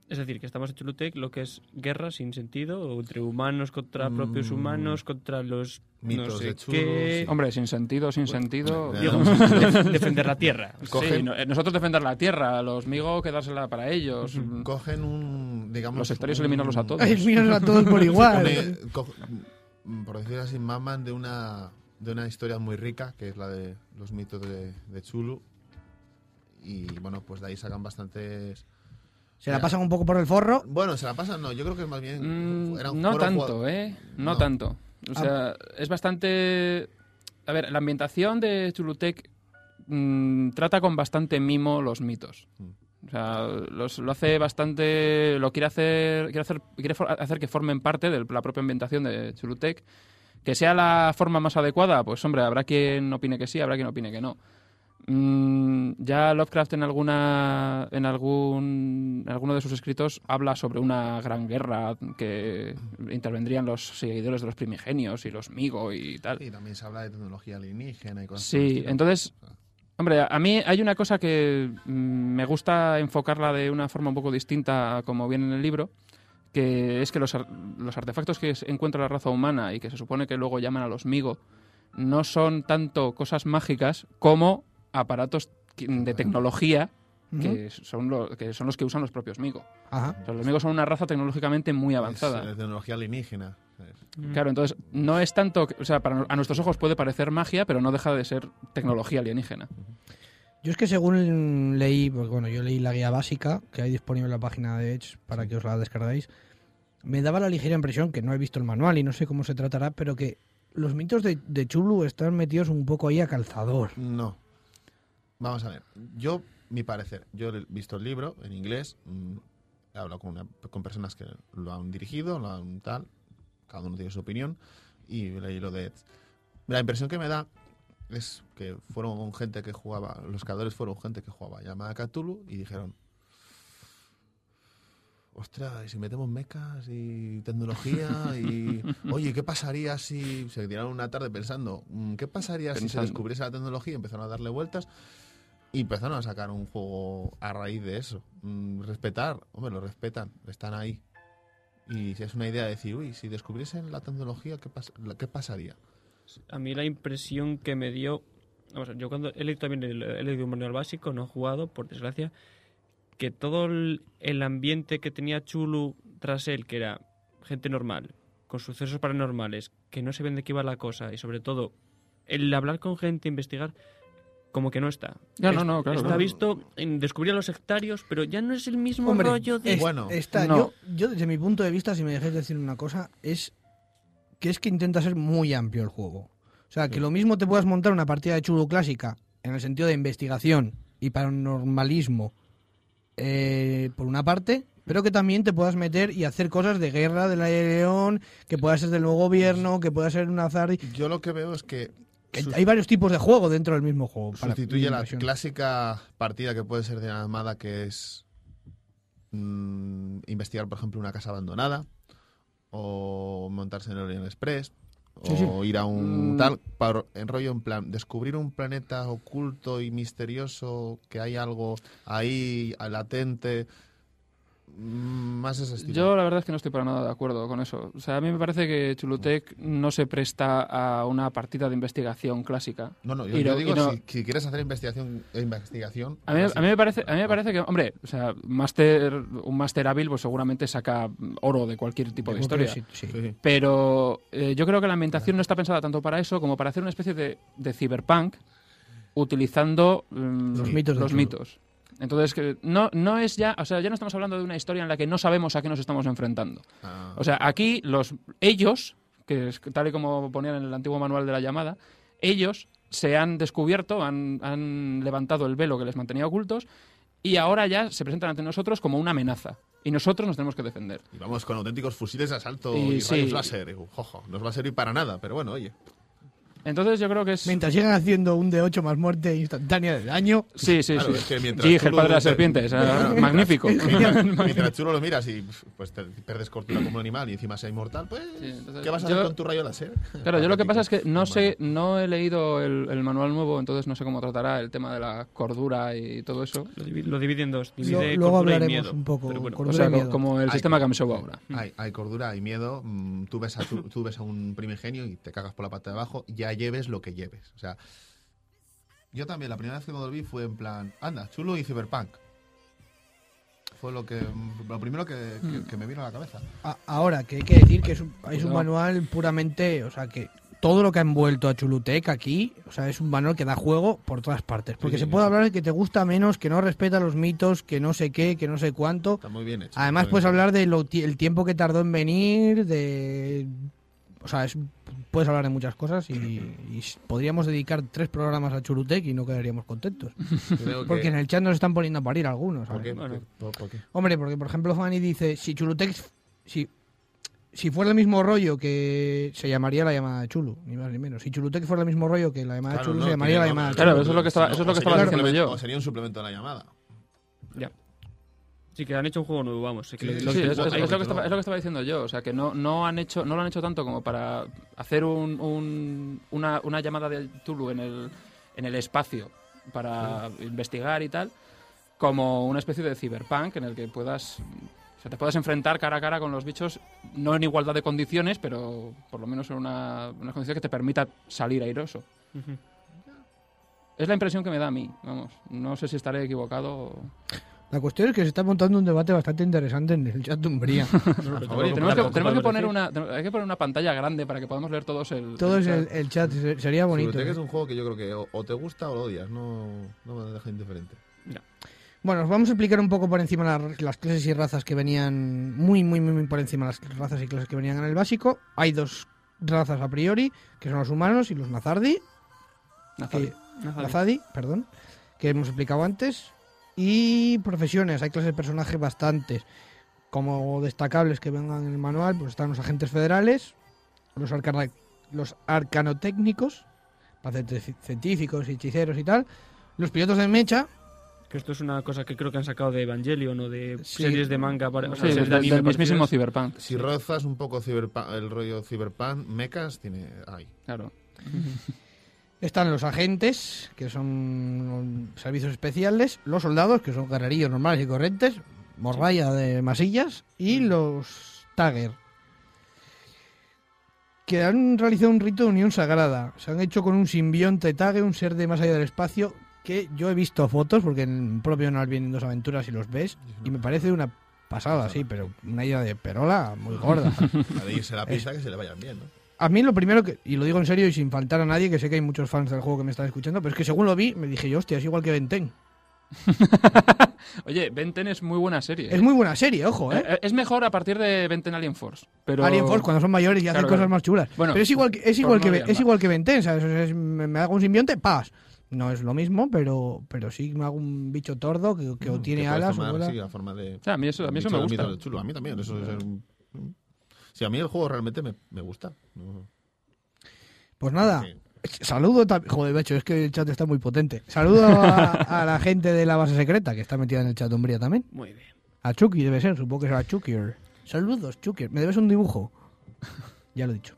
Speaker 1: Es decir, que estamos en Chulutec, lo que es guerra sin sentido, entre humanos contra propios
Speaker 4: Mm.
Speaker 1: humanos, contra los no
Speaker 4: Mitos
Speaker 1: sé
Speaker 4: de Chulu,
Speaker 1: qué.
Speaker 4: sí.
Speaker 2: Hombre, sin sentido, sin sentido.
Speaker 4: Bueno,
Speaker 1: Digo, de- defender la tierra.
Speaker 2: Sí,
Speaker 4: Cogen-
Speaker 2: no- eh, nosotros defender la tierra, los migos quedársela para ellos. Mm.
Speaker 4: Cogen un, digamos...
Speaker 2: Los sectarios
Speaker 4: un-
Speaker 2: eliminarlos a todos.
Speaker 3: Ay, míranos a todos por igual.
Speaker 4: Pone- co- mm, por decirlo así, maman de una, de una historia muy rica, que es la de los mitos de, de Chulu. Y bueno, pues de ahí sacan bastantes...
Speaker 3: Se la pasan un poco por el forro.
Speaker 4: Bueno, se la pasan, no, yo creo que es más bien...
Speaker 2: Mm,
Speaker 4: era un
Speaker 2: no
Speaker 4: foro
Speaker 2: tanto,
Speaker 4: jugado-
Speaker 2: ¿eh? No,
Speaker 4: No. Ah.
Speaker 2: tanto. O sea, es bastante... A ver, la ambientación de Chulutec mm, trata con bastante mimo los mitos. O sea, los- lo hace bastante... Lo quiere hacer... Quiere hacer, quiere for- hacer que formen parte de la propia ambientación de Chulutec. Que sea la forma más adecuada, pues hombre, habrá quien opine que sí, habrá quien opine que no. Mm, ya Lovecraft en alguna en algún en alguno de sus escritos habla sobre una gran guerra que intervendrían los seguidores de los primigenios y los migo y tal.
Speaker 4: Y también se habla de tecnología alienígena y cosas por el
Speaker 2: Sí,
Speaker 4: estilo.
Speaker 2: entonces Hombre, a- a mí hay una cosa que mm, me gusta enfocarla de una forma un poco distinta a como viene en el libro, que es que los, ar- los artefactos que se encuentra la raza humana y que se supone que luego llaman a los Migo no son tanto cosas mágicas como aparatos que- de tecnología que son, lo- que son los que usan los propios Migo.
Speaker 3: Ajá.
Speaker 2: O sea, los Migo son una raza tecnológicamente muy avanzada.
Speaker 4: Es, eh, tecnología alienígena. ¿sabes?
Speaker 2: Claro, entonces no es tanto, que- o sea, para, no- a nuestros ojos puede parecer magia, pero no deja de ser tecnología alienígena.
Speaker 3: Yo es que según leí, porque bueno, yo leí la guía básica que hay disponible en la página de Edge para que os la descargáis, me daba la ligera impresión, que no he visto el manual y no sé cómo se tratará, pero que los mitos de, de Chulu están metidos un poco ahí a calzador.
Speaker 4: No. Vamos a ver. Yo, mi parecer, yo he visto el libro en inglés, mm, he hablado con, una- con personas que lo han dirigido, lo han tal, cada uno tiene su opinión, y leí lo de Ed. La impresión que me da es que fueron gente que jugaba, los creadores fueron gente que jugaba llamada Cthulhu y dijeron. Ostras, ¿y si metemos mecas y tecnología y... Oye, ¿qué pasaría si... Se tiraron una tarde pensando, mm, ¿qué pasaría si se
Speaker 2: Pensando.
Speaker 4: descubriese la tecnología? Y empezaron a darle vueltas y empezaron a sacar un juego a raíz de eso. Mm, Respetar, hombre, lo respetan, están ahí. Y si es una idea de decir, uy, si descubriesen la tecnología, ¿qué, pas- la- qué pasaría?
Speaker 1: A mí la impresión que me dio. Vamos, a ver, yo cuando he leído también el, he leído un manual básico, no he jugado, por desgracia, que todo el, el ambiente que tenía Chulu tras él, que era gente normal, con sucesos paranormales, que no se ven de qué iba la cosa, y sobre todo el hablar con gente, investigar, como que no está.
Speaker 2: Ya, no,
Speaker 1: Es-
Speaker 2: no, claro,
Speaker 1: Está
Speaker 2: claro.
Speaker 1: visto en descubrir a los sectarios, pero ya no es el mismo
Speaker 3: Hombre, eh,
Speaker 1: rollo de.
Speaker 3: es-
Speaker 4: Bueno,
Speaker 3: está-
Speaker 2: no.
Speaker 3: yo, yo desde mi punto de vista, si me dejáis decir una cosa, es que es que intenta ser muy amplio el juego. O sea, que lo mismo te puedas montar una partida de chulo clásica en el sentido de investigación y paranormalismo eh, por una parte, pero que también te puedas meter y hacer cosas de guerra del aire león, que pueda ser del nuevo gobierno, que pueda ser un azar.
Speaker 4: Yo lo que veo es que
Speaker 3: Que
Speaker 4: sus-
Speaker 3: Hay varios tipos de juego dentro del mismo juego. para mi
Speaker 4: sustituye la
Speaker 3: impresión.
Speaker 4: clásica partida que puede ser de la Armada, que es mm, investigar, por ejemplo, una casa abandonada, o montarse en el Orient Express, o
Speaker 3: Sí, sí.
Speaker 4: ir a un
Speaker 2: Mm.
Speaker 4: tal, par- en rollo en plan, descubrir un planeta oculto y misterioso, que hay algo ahí latente, mm, más ese estilo.
Speaker 2: Yo la verdad es que no estoy para nada de acuerdo con eso. O sea, a mí me parece que Chulutec no se presta a una partida de investigación clásica.
Speaker 4: no, no, yo,
Speaker 2: y
Speaker 4: yo
Speaker 2: no-
Speaker 4: digo,
Speaker 2: y no-
Speaker 4: si, si quieres hacer investigación, investigación
Speaker 2: A mí, a
Speaker 4: así.
Speaker 2: mí me parece, a mí me parece que, hombre, o sea, máster- un máster hábil pues seguramente saca oro de cualquier tipo de
Speaker 3: Yo creo que
Speaker 2: historia.
Speaker 3: sí, sí.
Speaker 4: Sí.
Speaker 2: Pero eh, yo creo que la ambientación no está pensada tanto para eso como para hacer una especie de, de cyberpunk utilizando mm,
Speaker 3: Los mitos de
Speaker 2: los
Speaker 3: Cthulhu.
Speaker 2: mitos. Entonces, que no, no es ya, o sea, ya no estamos hablando de una historia en la que no sabemos a qué nos estamos enfrentando.
Speaker 4: Ah.
Speaker 2: O sea, aquí los ellos, que es tal y como ponían en el antiguo manual de la llamada, ellos se han descubierto, han, han levantado el velo que les mantenía ocultos y ahora ya se presentan ante nosotros como una amenaza. Y nosotros nos tenemos que defender.
Speaker 4: Y vamos con auténticos fusiles de asalto
Speaker 2: Y
Speaker 4: y,
Speaker 2: sí.
Speaker 4: rayos láser. Y, jojo, no os va a servir para nada, pero bueno, oye.
Speaker 2: Entonces yo creo que es...
Speaker 3: Mientras llegan haciendo un D8 más muerte instantánea de daño,
Speaker 2: Sí, sí,
Speaker 4: Claro,
Speaker 2: sí.
Speaker 4: es que mientras
Speaker 2: Gig,
Speaker 4: tú
Speaker 2: el
Speaker 4: lo
Speaker 2: padre de las
Speaker 4: dices-
Speaker 2: serpientes. ah,
Speaker 4: Claro,
Speaker 2: magnífico.
Speaker 4: Mientras tú no lo miras y pues te pierdes cortura como un animal y encima sea inmortal, pues
Speaker 2: Sí, entonces,
Speaker 4: ¿qué vas a
Speaker 2: yo-
Speaker 4: hacer con tu rayo láser?
Speaker 2: Claro, yo lo que pasa es que no
Speaker 4: Bueno.
Speaker 2: sé, no he leído el, el manual nuevo, entonces no sé cómo tratará el tema de la cordura y todo eso.
Speaker 1: Lo, divi- lo divide en dos. Divide
Speaker 3: Lo- luego
Speaker 1: cordura y
Speaker 3: hablaremos
Speaker 1: miedo,
Speaker 3: un poco,
Speaker 1: pero bueno.
Speaker 3: cordura.
Speaker 2: O sea,
Speaker 3: y
Speaker 2: co-
Speaker 3: miedo.
Speaker 2: como el
Speaker 4: Ay.
Speaker 2: sistema Gamshow ahora.
Speaker 4: Hay, hay cordura, hay miedo. mm, Tú ves, a tu- tú ves a un primigenio y te cagas por la parte de abajo. Ya lleves lo que lleves. O sea, yo también, la primera vez que me lo vi fue en plan, anda, chulo y cyberpunk. Fue lo, que, mm, lo primero que,
Speaker 2: Mm.
Speaker 4: que- que me vino a la cabeza.
Speaker 3: A- Ahora, que hay que decir que es un,
Speaker 4: Pues
Speaker 3: es un
Speaker 2: Cuidado.
Speaker 3: manual puramente, o sea, que todo lo que ha envuelto a Chulutec aquí, o sea, es un manual que da juego por todas partes. Porque
Speaker 4: Sí,
Speaker 3: se
Speaker 4: sí,
Speaker 3: puede
Speaker 4: sí.
Speaker 3: hablar de que te gusta menos, que no respeta los mitos, que no sé qué, que no sé cuánto.
Speaker 4: Está muy bien hecho.
Speaker 3: Además,
Speaker 4: Muy
Speaker 3: puedes
Speaker 4: bien.
Speaker 3: hablar del tiempo que tardó en venir, de. O sea, es- puedes hablar de muchas cosas y, y s- podríamos dedicar tres programas a Chulutec y no quedaríamos contentos.
Speaker 4: Creo que-
Speaker 3: Porque en el chat nos están poniendo a parir algunos. ¿sabes?
Speaker 4: ¿Por qué?
Speaker 1: Bueno.
Speaker 4: ¿Por- por qué?
Speaker 3: Hombre, porque por ejemplo Fanny dice, si Chulutex, si, si fuera el mismo rollo que se llamaría la llamada de Chulu, ni más ni menos. Si Chulutex fuera el mismo rollo que la llamada de
Speaker 4: Claro,
Speaker 3: Chulu,
Speaker 4: no,
Speaker 3: se llamaría la
Speaker 4: tiene
Speaker 3: llamada de
Speaker 4: nombre,
Speaker 2: Claro,
Speaker 3: Chulu.
Speaker 2: eso es lo que
Speaker 4: si
Speaker 2: estaba-
Speaker 4: no,
Speaker 2: eso es lo
Speaker 4: o
Speaker 2: que
Speaker 4: sería un
Speaker 2: estaba diciendo
Speaker 4: suplemento-
Speaker 2: yo.
Speaker 4: O sería un suplemento de la llamada.
Speaker 1: Sí, que han hecho un juego nuevo, vamos. que lo-
Speaker 4: Sí,
Speaker 1: lo-
Speaker 2: Sí,
Speaker 4: que-
Speaker 2: es, es- es
Speaker 4: hay
Speaker 2: lo que
Speaker 4: que
Speaker 2: estaba,
Speaker 4: no.
Speaker 2: es lo que estaba diciendo yo. O sea, que no, no, han hecho, no lo han hecho tanto como para hacer un, un- una, una llamada de Tulu en el, en el espacio para investigar y tal, como una especie de cyberpunk en el que puedas o sea, te puedas enfrentar cara a cara con los bichos, no en igualdad de condiciones, pero por lo menos en una, una condición que te permita salir airoso.
Speaker 1: Ujú.
Speaker 2: Es la impresión que me da a mí, vamos. No sé si estaré equivocado. o-
Speaker 3: La cuestión es que se está montando un debate bastante interesante en el chat de Umbría.
Speaker 2: Tenemos que, tenemos que poner una, hay que poner una pantalla grande para que podamos leer todos el...
Speaker 3: Todo es el,
Speaker 2: el-
Speaker 3: el chat, se- sería bonito. eh.
Speaker 4: Surotec es un juego que yo creo que o, o te gusta o lo odias, no, no me deja indiferente.
Speaker 3: Bueno, os vamos a explicar un poco por encima la- las clases y razas que venían, muy, muy, muy, muy por encima las razas y clases que venían en el básico. Hay dos razas a priori, que son los humanos y los Nazardi,
Speaker 2: Nazari.
Speaker 3: que, Nazadi, perdón, que hemos explicado antes. Y profesiones, hay clases de personajes bastantes. Como destacables que vengan en el manual, pues están los agentes federales, los, arcana- los arcanotécnicos, pacientes ci- científicos, hechiceros y tal, los pilotos de mecha,
Speaker 1: Que esto es una cosa que creo que han sacado de Evangelion o de
Speaker 3: Sí.
Speaker 1: series de manga. para- o sea,
Speaker 2: Sí,
Speaker 1: series
Speaker 2: del,
Speaker 1: de
Speaker 2: del
Speaker 1: anime
Speaker 2: mismísimo
Speaker 1: parecidas.
Speaker 2: Cyberpunk,
Speaker 4: Si rozas un poco ciberpa- el rollo Cyberpunk, mechas tiene. Ay.
Speaker 2: claro.
Speaker 3: Están los agentes, que son um, servicios especiales, los soldados, que son carrerillos normales y corrientes, morralla de masillas, y los Tagger, que han realizado un rito de unión sagrada. Se han hecho con un simbionte Tagger, un ser de más allá del espacio, que yo he visto fotos, porque en propio Noal vienen dos aventuras y los ves, y me parece una pasada, sí, pero una idea de perola muy gorda.
Speaker 4: Pedirse
Speaker 3: Eh,
Speaker 4: la pista que se le vayan bien, ¿no?
Speaker 3: A mí lo primero que, y lo digo en serio y sin faltar a nadie, que sé que hay muchos fans del juego que me están escuchando, pero es que según lo vi, me dije yo, hostia, es igual que Venten.
Speaker 2: Oye, Venten es muy buena serie.
Speaker 3: Es muy buena serie, ojo, ¿eh?
Speaker 2: Eh, Es mejor a partir de Venten Alien Force. Pero...
Speaker 3: Alien Force, cuando son mayores y hacen
Speaker 2: Claro,
Speaker 3: cosas
Speaker 2: claro.
Speaker 3: más chulas.
Speaker 2: Bueno,
Speaker 3: pero es igual que, es
Speaker 2: por
Speaker 3: igual
Speaker 2: no
Speaker 3: que, Ve-
Speaker 2: liarla.
Speaker 3: es igual que Venten, ¿sabes? O sea, es- me, me hago un simbionte, ¡pas! No es lo mismo, pero, pero sí me hago un bicho tordo que, que o
Speaker 2: Mm,
Speaker 3: tiene
Speaker 4: Que puedes
Speaker 3: alas o
Speaker 4: tomar,
Speaker 3: vuela.
Speaker 4: sí, la forma de.
Speaker 2: O sea, a mí eso, a mí eso
Speaker 4: Dicho
Speaker 2: me
Speaker 4: de
Speaker 2: gusta.
Speaker 4: mito chulo, a mí también. Eso es un- Sí, a mí el juego realmente me, me gusta. No-
Speaker 3: Pues nada,
Speaker 4: Sí.
Speaker 3: saludo también. Joder, macho, es que el chat está muy potente. Saludo a, a la gente de la base secreta que está metida en el chat de Umbría también.
Speaker 1: Muy bien.
Speaker 3: A Chucky debe ser, supongo que será Chucky. ¿eh? Saludos, Chucky. Me debes un dibujo. ya lo he dicho.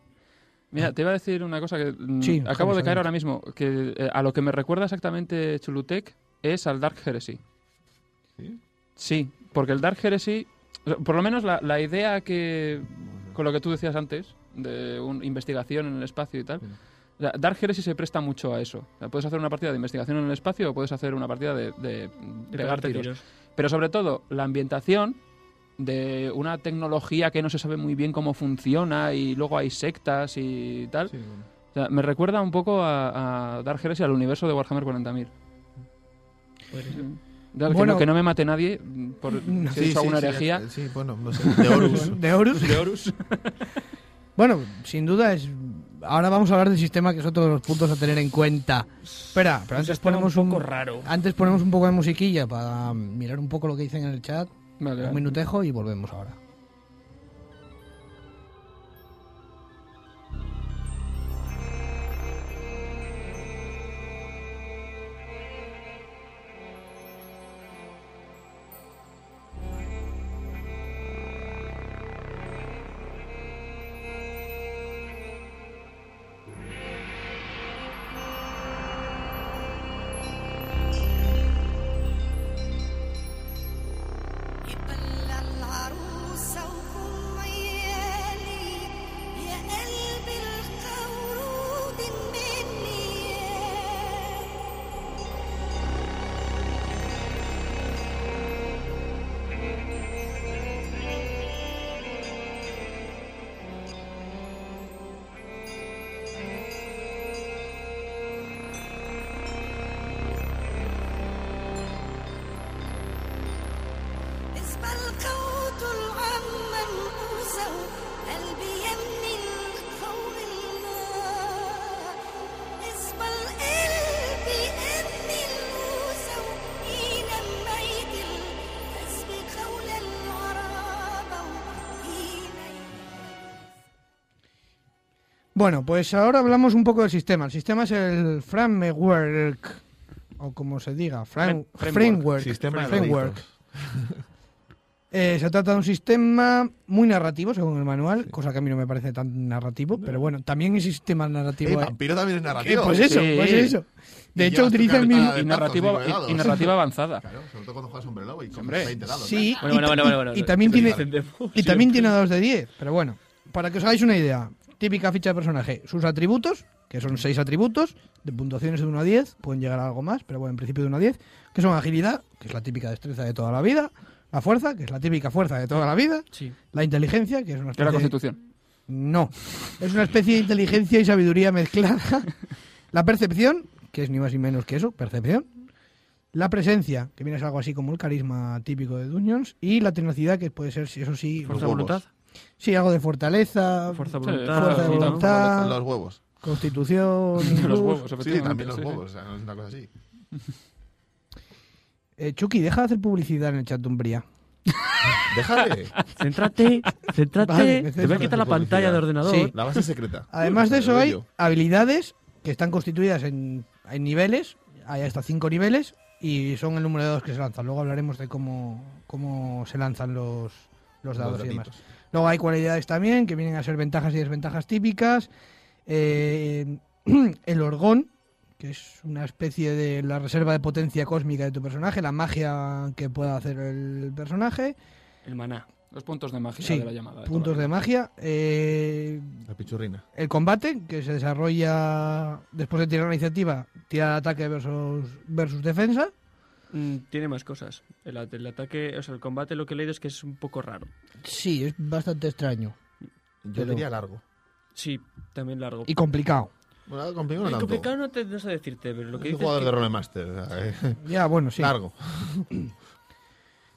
Speaker 2: Mira, te iba a decir una cosa que mm,
Speaker 3: Sí,
Speaker 2: acabo
Speaker 3: Javi,
Speaker 2: de
Speaker 3: adelante.
Speaker 2: caer ahora mismo, que eh, a lo que me recuerda exactamente Chulutec es al Dark Heresy.
Speaker 4: ¿Sí?
Speaker 2: Sí, porque el Dark Heresy, o sea, por lo menos la, la idea que, con lo que tú decías antes, de un- investigación en el espacio y tal,
Speaker 4: Sí.
Speaker 2: o sea, Dark Heresy se presta mucho a eso. O sea, puedes hacer una partida de investigación en el espacio o puedes hacer una partida de, de
Speaker 1: De
Speaker 2: pegar tiros. Pero sobre todo, la ambientación de una tecnología que no se sabe muy bien cómo funciona y luego hay sectas y tal.
Speaker 4: Sí, bueno.
Speaker 2: O sea, me recuerda un poco a, a Dark Heresy, al universo de Warhammer 40.000.
Speaker 1: Podría ser.
Speaker 2: Ya, que
Speaker 3: Bueno.
Speaker 2: no- que, no, me mate nadie mm, por
Speaker 3: No.
Speaker 2: si he dicho alguna herejía.
Speaker 4: Sí, bueno, no sé. De Horus.
Speaker 3: De Horus.
Speaker 1: pues,
Speaker 3: bueno, sin duda es. Ahora vamos a hablar del sistema que es otro de los puntos a tener en cuenta. Espera, pero antes
Speaker 1: Sistema
Speaker 3: ponemos
Speaker 1: Pues un
Speaker 3: un,
Speaker 1: poco raro.
Speaker 3: antes ponemos un poco de musiquilla para mirar un poco lo que dicen en el chat,
Speaker 2: Vale,
Speaker 3: un
Speaker 2: vale.
Speaker 3: minutejo y volvemos ahora.
Speaker 6: يبلى العروسة وكم عيالي يا قلبي القورود مني اسم القوت العم منقوسة قلبي يمني القوم النار اسم القلب أمني الموسى لما يجي الحزب قول العرابة وإينا
Speaker 3: Bueno, pues ahora hablamos un poco del sistema. El sistema es el framework, o como se diga, fram-
Speaker 2: Fren- framework.
Speaker 3: framework.
Speaker 4: Sistema de
Speaker 3: framework.
Speaker 4: daditos.
Speaker 3: Eh, se trata de un sistema muy narrativo, según el manual, cosa que a mí no me parece tan narrativo, pero bueno, también es sistema narrativo.
Speaker 4: Eh,
Speaker 3: eh.
Speaker 4: vampiro también es narrativo.
Speaker 3: Eh, pues eso,
Speaker 2: Sí.
Speaker 3: pues eso. De
Speaker 4: Y
Speaker 3: hecho,
Speaker 4: llevas tu
Speaker 3: utiliza el
Speaker 4: carpeta
Speaker 3: mismo...
Speaker 4: de
Speaker 2: Ah, Y
Speaker 4: tazos
Speaker 2: narrativa- y-
Speaker 4: regalos.
Speaker 2: y narrativa avanzada.
Speaker 4: Claro, sobre todo cuando juegas un Breloy y
Speaker 2: Hombre.
Speaker 4: compras 20 dados. ¿eh?
Speaker 3: Sí,
Speaker 1: Bueno,
Speaker 3: Ah, y,
Speaker 1: bueno,
Speaker 3: ta-
Speaker 1: bueno, bueno, bueno.
Speaker 3: y también
Speaker 4: Pero
Speaker 3: tiene,
Speaker 4: vale.
Speaker 3: y también tiene dados de 10, pero bueno, para que os hagáis una idea, típica ficha de personaje, sus atributos, que son 6 atributos, de puntuaciones de 1 a 10, pueden llegar a algo más, pero bueno, en principio de 1 a 10, que son agilidad, que es la típica destreza de toda la vida, la fuerza, que es la típica fuerza de toda la vida,
Speaker 1: Sí.
Speaker 3: la inteligencia, que es una
Speaker 2: Que era
Speaker 3: especie de-
Speaker 2: Constitución.
Speaker 3: No, es una especie de inteligencia y sabiduría mezclada, la percepción, que es ni más ni menos que eso, percepción, la presencia, que viene a ser algo así como el carisma típico de Dungeons, y la tenacidad, que puede ser, si eso sí,
Speaker 1: Fuerza de
Speaker 4: huevos.
Speaker 1: voluntad.
Speaker 3: Sí, algo de fortaleza,
Speaker 1: Fuerza de
Speaker 2: Sí,
Speaker 1: voluntad.
Speaker 3: fuerza de
Speaker 1: sí, ¿no?
Speaker 3: voluntad.
Speaker 4: Los, los huevos.
Speaker 3: constitución,
Speaker 2: Los
Speaker 3: incluso.
Speaker 2: huevos,
Speaker 4: Sí,
Speaker 2: efectivamente.
Speaker 4: también los
Speaker 2: Sí, sí.
Speaker 4: huevos. O sea, no es una cosa así.
Speaker 3: Eh, Chucky, deja de hacer publicidad en el chat de Umbría.
Speaker 4: Déjale.
Speaker 1: Céntrate, céntrate.
Speaker 3: Vale, me
Speaker 1: te voy
Speaker 3: centro.
Speaker 1: a quitar la pantalla de ordenador.
Speaker 3: Sí.
Speaker 4: La base secreta.
Speaker 3: Además de eso,
Speaker 4: Lo
Speaker 3: hay
Speaker 4: veo yo.
Speaker 3: habilidades que están constituidas en, en niveles, hay hasta cinco niveles, y son el número de dados que se lanzan. Luego hablaremos de cómo, cómo se lanzan los, los dados
Speaker 4: Los
Speaker 3: y demás.
Speaker 4: daditos.
Speaker 3: Luego hay cualidades también, que vienen a ser ventajas y desventajas típicas. Eh, el orgón, que es una especie de la reserva de potencia cósmica de tu personaje, la magia que pueda hacer el personaje,
Speaker 1: El maná.
Speaker 2: Los puntos de magia
Speaker 3: Sí,
Speaker 2: de la llamada. de
Speaker 3: puntos
Speaker 2: toda
Speaker 3: de
Speaker 2: la vida.
Speaker 3: magia. eh,
Speaker 4: La pichurrina.
Speaker 3: el combate, que se desarrolla después de tirar la iniciativa, tirar ataque versus, versus defensa.
Speaker 1: Mm, tiene más cosas. El, at- el ataque, o sea, el combate lo que he leído es que es un poco raro.
Speaker 3: Sí, es bastante extraño.
Speaker 4: Yo
Speaker 3: Pero-
Speaker 4: diría largo.
Speaker 1: Sí, también largo.
Speaker 3: Y complicado.
Speaker 4: Bueno, algo conmigo no
Speaker 1: Eh,
Speaker 4: tanto.
Speaker 1: complicado no, te, no sé decirte, pero lo
Speaker 4: Es
Speaker 1: que
Speaker 4: un
Speaker 1: dices
Speaker 4: jugador
Speaker 1: es
Speaker 4: de
Speaker 1: que-
Speaker 4: Role Master. o sea, eh,
Speaker 3: Ya, bueno, sí.
Speaker 4: Largo.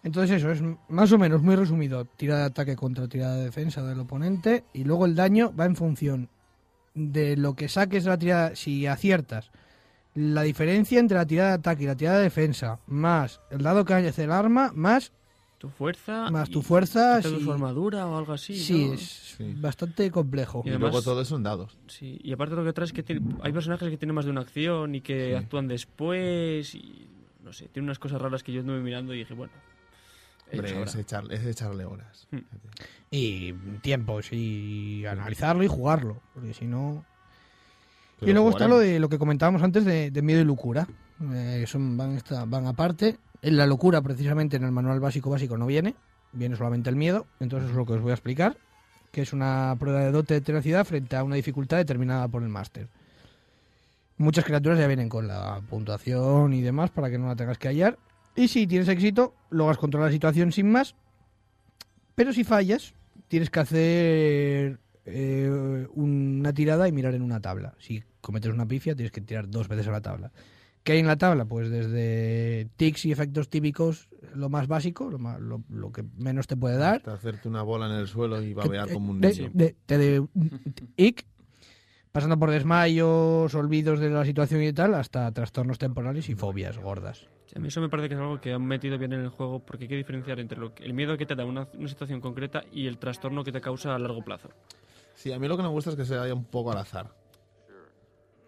Speaker 3: Entonces eso, es más o menos muy resumido. Tirada de ataque contra tirada de defensa del oponente. Y luego el daño va en función de lo que saques de la tirada. Si aciertas, la diferencia entre la tirada de ataque y la tirada de defensa, más el dado que hace el arma, más
Speaker 1: tu fuerza.
Speaker 3: Más tu
Speaker 1: y-
Speaker 3: fuerza,
Speaker 1: quizá tu
Speaker 3: sí.
Speaker 1: su armadura o algo así.
Speaker 3: sí,
Speaker 1: ¿no?
Speaker 3: es
Speaker 4: Sí.
Speaker 3: bastante complejo.
Speaker 4: Y,
Speaker 1: Y además-
Speaker 4: luego todo eso en dados.
Speaker 1: Sí, y aparte lo que trae es que tiene- hay personajes que tienen más de una acción y que actúan después y no sé, tiene unas cosas raras que yo anduve mirando y dije, bueno, eh,
Speaker 4: Hombre,
Speaker 1: sabrá.
Speaker 4: es, echar- es echarle horas.
Speaker 1: Hmm.
Speaker 3: Y tiempos y analizarlo y jugarlo, porque si no...
Speaker 4: Pero
Speaker 3: Y luego está lo
Speaker 4: jugaremos.
Speaker 3: de lo que comentábamos antes de, de miedo y locura. Eh, son, van, esta- van aparte. En la locura, precisamente, en el manual básico básico no viene. Viene solamente el miedo. Entonces es lo que os voy a explicar. Que es una prueba de dote de tenacidad frente a una dificultad determinada por el máster. Muchas criaturas ya vienen con la puntuación y demás para que no la tengas que hallar. Y si tienes éxito, logras controlar la situación sin más. Pero si fallas, tienes que hacer eh, una tirada y mirar en una tabla. Si cometes una pifia, tienes que tirar dos veces a la tabla. ¿Qué hay en la tabla? Pues desde tics y efectos típicos, lo más básico, lo, ma- lo- lo que menos te puede dar.
Speaker 4: Hasta hacerte una bola en el suelo y babear
Speaker 3: Que-
Speaker 4: como un
Speaker 3: de-
Speaker 4: niño.
Speaker 3: de- te de- ic, pasando por desmayos, olvidos de la situación y tal, hasta trastornos temporales y fobias gordas.
Speaker 1: A mí eso me parece que es algo que han metido bien en el juego porque hay que diferenciar entre lo que- el miedo que te da una, una situación concreta y el trastorno que te causa a largo plazo.
Speaker 4: Sí, a mí lo que me gusta es que se vaya un poco al azar.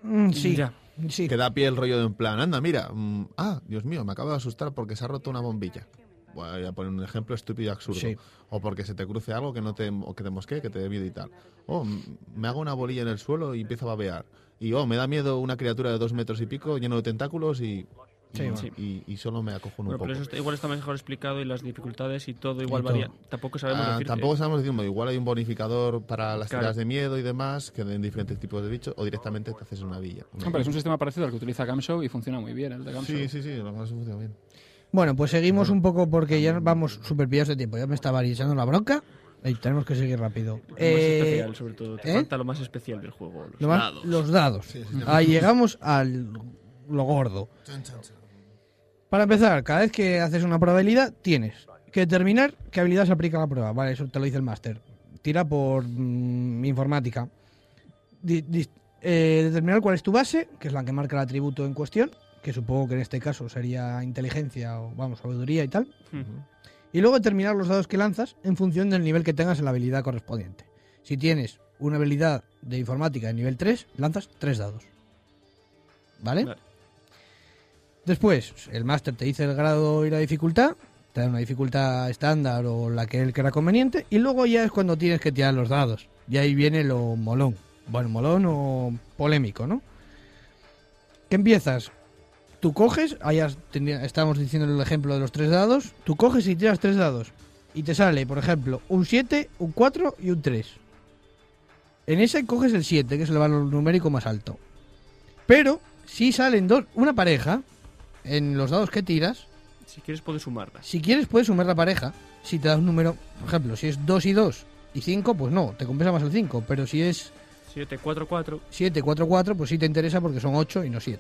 Speaker 3: Mm, sí,
Speaker 1: Ya.
Speaker 3: sí.
Speaker 4: Que da pie el rollo de en plan, anda, mira, mm, ah, Dios mío, me acabo de asustar porque se ha roto una bombilla. Voy a poner un ejemplo estúpido y absurdo.
Speaker 3: Sí.
Speaker 4: O porque se te cruce algo que no te, o que te mosquee, que te dé miedo y tal. O mm, me hago una bolilla en el suelo y empiezo a babear. Y oh, me da miedo una criatura de dos metros y pico lleno de tentáculos y, y-
Speaker 3: Sí,
Speaker 1: sí.
Speaker 4: y, y solo me acojo un
Speaker 1: Bueno,
Speaker 4: poco.
Speaker 1: pero eso está- igual está mejor explicado y las dificultades y todo igual
Speaker 3: Y todo.
Speaker 1: varía. Tampoco sabemos
Speaker 4: Ah,
Speaker 1: decirte.
Speaker 4: tampoco sabemos decir, igual hay un bonificador para las
Speaker 1: Claro.
Speaker 4: tiras de miedo y demás, que den diferentes tipos de bichos, o directamente te haces una villa. Una-
Speaker 2: Hombre, es un sistema parecido al que utiliza Gamshow y funciona muy bien el de Gamshow.
Speaker 4: Sí, sí, sí, lo más funciona bien.
Speaker 3: Bueno, pues seguimos un poco porque ya vamos súper pillados de tiempo. Ya me estaba echando la bronca. Y tenemos que seguir rápido.
Speaker 1: Lo más
Speaker 3: Eh,
Speaker 1: especial, sobre todo. Te
Speaker 3: ¿eh?
Speaker 1: falta lo más especial del juego. los
Speaker 3: lo más-
Speaker 1: dados.
Speaker 3: los dados. Ahí llegamos al lo gordo. Para empezar, cada vez que haces una probabilidad, tienes que determinar qué habilidad se aplica a la prueba. Vale, eso te lo dice el máster. Tira por mm, informática. Di- dis- eh, determinar cuál es tu base, que es la que marca el atributo en cuestión, que supongo que en este caso sería inteligencia o, vamos, sabiduría y tal.
Speaker 1: Ujú.
Speaker 3: Y luego determinar los dados que lanzas en función del nivel que tengas en la habilidad correspondiente. Si tienes una habilidad de informática de nivel 3, lanzas 3 dados. ¿Vale?
Speaker 1: Vale.
Speaker 3: Después, el máster te dice el grado y la dificultad, te te dan una dificultad estándar o la que él crea conveniente, y luego ya es cuando tienes que tirar los dados. Y ahí viene lo molón. Bueno, molón o polémico, ¿no? ¿Qué empiezas? Tú coges, ahí has- tenía- estábamos diciendo el ejemplo de los tres dados, tú coges y tiras tres dados. Y te sale, por ejemplo, un 7, un 4 y un 3. En ese coges el 7, que es el valor numérico más alto. Pero si salen dos, una pareja, en los dados que tiras,
Speaker 1: Si quieres puedes sumarlas.
Speaker 3: si quieres puedes sumar la pareja. Si te da un número, por ejemplo, si es 2 y 2 y 5, pues no, te compensa más el 5. Pero si es
Speaker 1: 7, 4, 4.
Speaker 3: 7, 4, 4, pues sí te interesa porque son 8 y no 7.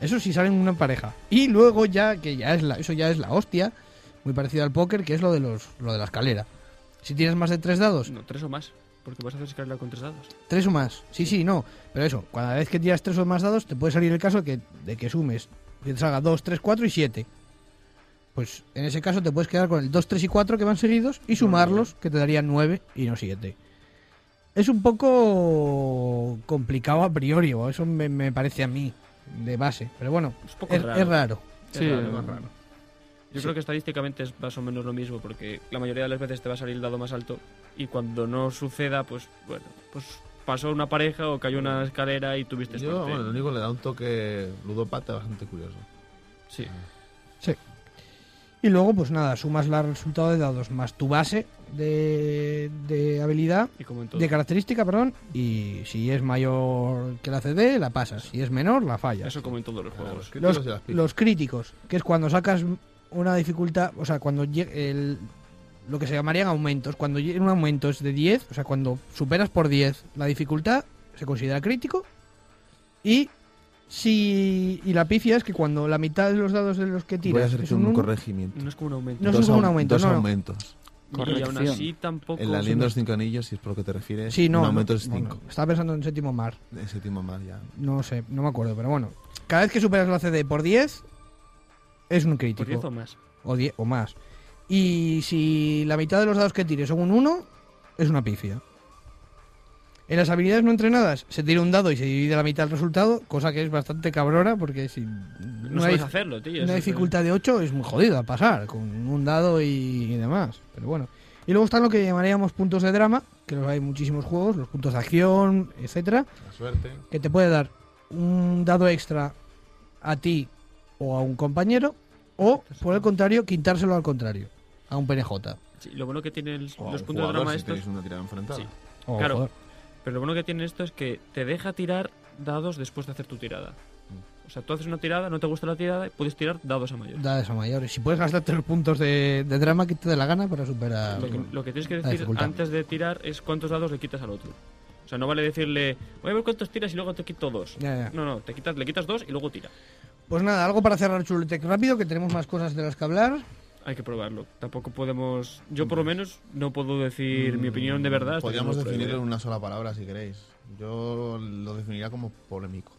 Speaker 3: Eso sí salen una pareja. Y luego ya, que ya es la, eso ya es la hostia, muy parecido al póker, que es lo de, los, lo de la escalera. Si tienes más de 3 dados,
Speaker 1: No, 3 o más. Porque vas a hacer escalera con 3 dados.
Speaker 3: Tres o más. Sí, sí, no. Pero eso, cada vez que tiras tres o más dados, te puede salir el caso de que, de que sumes. Que te salga 2, 3, 4 y 7. Pues en ese caso te puedes quedar con el 2, 3 y 4 que van seguidos y sumarlos, que te darían 9 y no 7. Es un poco complicado a priori, o eso me, me parece a mí, de base. Pero bueno,
Speaker 1: Es un poco
Speaker 3: es es
Speaker 1: raro.
Speaker 3: raro.
Speaker 1: Es
Speaker 2: Sí,
Speaker 1: raro,
Speaker 2: eh,
Speaker 1: es raro. Yo creo que estadísticamente es más o menos lo mismo, porque la mayoría de las veces te va a salir el dado más alto y cuando no suceda, pues bueno, pues pasó una pareja o cayó una escalera y tuviste
Speaker 4: Yo,
Speaker 1: suerte.
Speaker 4: bueno, lo único le da un toque ludopata bastante curioso.
Speaker 1: Sí.
Speaker 3: Y luego, pues nada, sumas la- el resultado de dados más tu base de, de habilidad
Speaker 1: Y como en todo.
Speaker 3: De característica, perdón. Y si es mayor que la CD, la pasas. Si es menor, la fallas.
Speaker 1: Eso como en todos los
Speaker 4: Claro,
Speaker 1: juegos.
Speaker 4: que
Speaker 3: Los,
Speaker 4: tiros y las pijas.
Speaker 3: los críticos, que es cuando sacas una dificultad, o sea, cuando lle- el, lo que se llamarían aumentos. Cuando lle- un aumento es de 10, o sea, cuando superas por 10 la dificultad, se considera crítico. Y si y la pifia es que cuando la mitad de los dados de los que tiras
Speaker 7: Voy a hacerte
Speaker 3: es un
Speaker 7: un,
Speaker 3: uno,
Speaker 7: corregimiento.
Speaker 1: No es como un aumento.
Speaker 3: No es
Speaker 7: dos
Speaker 3: un
Speaker 7: au-
Speaker 3: aumento,
Speaker 7: dos
Speaker 3: no, no.
Speaker 7: aumentos.
Speaker 1: y aún
Speaker 2: Corrección.
Speaker 1: así tampoco.
Speaker 7: En la leyenda de los cinco anillos, si es por lo que te refieres,
Speaker 3: Sí, no.
Speaker 7: un
Speaker 3: no,
Speaker 7: aumento es
Speaker 3: no, no.
Speaker 7: cinco.
Speaker 3: Estaba pensando en séptimo mar.
Speaker 7: El séptimo mar ya.
Speaker 3: No sé, no me acuerdo, pero bueno. Cada vez que superas la CD por 10, es un
Speaker 1: por 10 o
Speaker 3: crítico.
Speaker 1: más.
Speaker 3: O, 10 o más. Y si la mitad de los dados que tires son un 1, es una pifia. En las habilidades no entrenadas, se tira un dado y se divide la mitad del resultado, cosa que es bastante cabrona porque si
Speaker 1: No,
Speaker 3: una,
Speaker 1: sabes
Speaker 3: dif-
Speaker 1: hacerlo, tío.
Speaker 3: una
Speaker 1: eso es-
Speaker 3: dificultad de 8 es muy jodida pasar con un dado y, y demás. Pero bueno. Y luego están lo que llamaríamos puntos de drama, que los hay en muchísimos juegos, los puntos de acción, etcétera
Speaker 4: La suerte.
Speaker 3: que te puede dar un dado extra a ti o a un compañero, o por el contrario, quitárselo al contrario, a un PNJ.
Speaker 1: Sí, lo bueno que tiene el- los
Speaker 7: O a un
Speaker 1: puntos de
Speaker 7: jugador,
Speaker 1: drama
Speaker 7: si
Speaker 1: estos.
Speaker 7: tenéis una tirada enfrentada.
Speaker 1: Sí.
Speaker 3: O,
Speaker 1: Claro.
Speaker 3: joder,
Speaker 1: Pero lo bueno que tiene esto es que te deja tirar dados después de hacer tu tirada. O sea, tú haces una tirada, no te gusta la tirada, puedes tirar dados a mayor.
Speaker 3: dadas a mayores. Si puedes gastarte los puntos de, de drama que te dé la gana para superar.
Speaker 1: Lo que, lo que tienes que
Speaker 3: La
Speaker 1: decir
Speaker 3: dificultad.
Speaker 1: antes de tirar es cuántos dados le quitas al otro. O sea, no vale decirle, voy a ver cuántos tiras y luego te quito dos.
Speaker 3: Ya, ya.
Speaker 1: No, no, te quitas, le quitas dos y luego tira.
Speaker 3: Pues nada, algo para cerrar Chuletec rápido, que tenemos más cosas de las que hablar.
Speaker 1: Hay que probarlo. Tampoco podemos. Yo, por lo menos, no puedo decir mi opinión de verdad. hasta que
Speaker 4: Podríamos
Speaker 1: no lo pruebe.
Speaker 4: definirlo en una sola palabra si queréis. Yo lo definiría como polémico.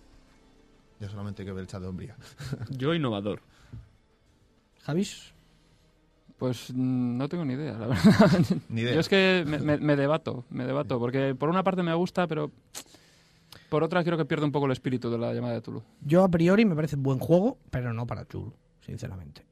Speaker 4: Ya solamente hay que ver el chat de hombría.
Speaker 1: Yo, innovador.
Speaker 3: Javis,
Speaker 2: Pues mm, no tengo ni idea, la verdad.
Speaker 4: Ni idea.
Speaker 2: Yo es que me, me- me debato, me debato, porque por una parte me gusta, pero por otra creo que pierde un poco el espíritu de la llamada de Tulu.
Speaker 3: yo a priori me parece buen juego, pero no para Chul, sinceramente.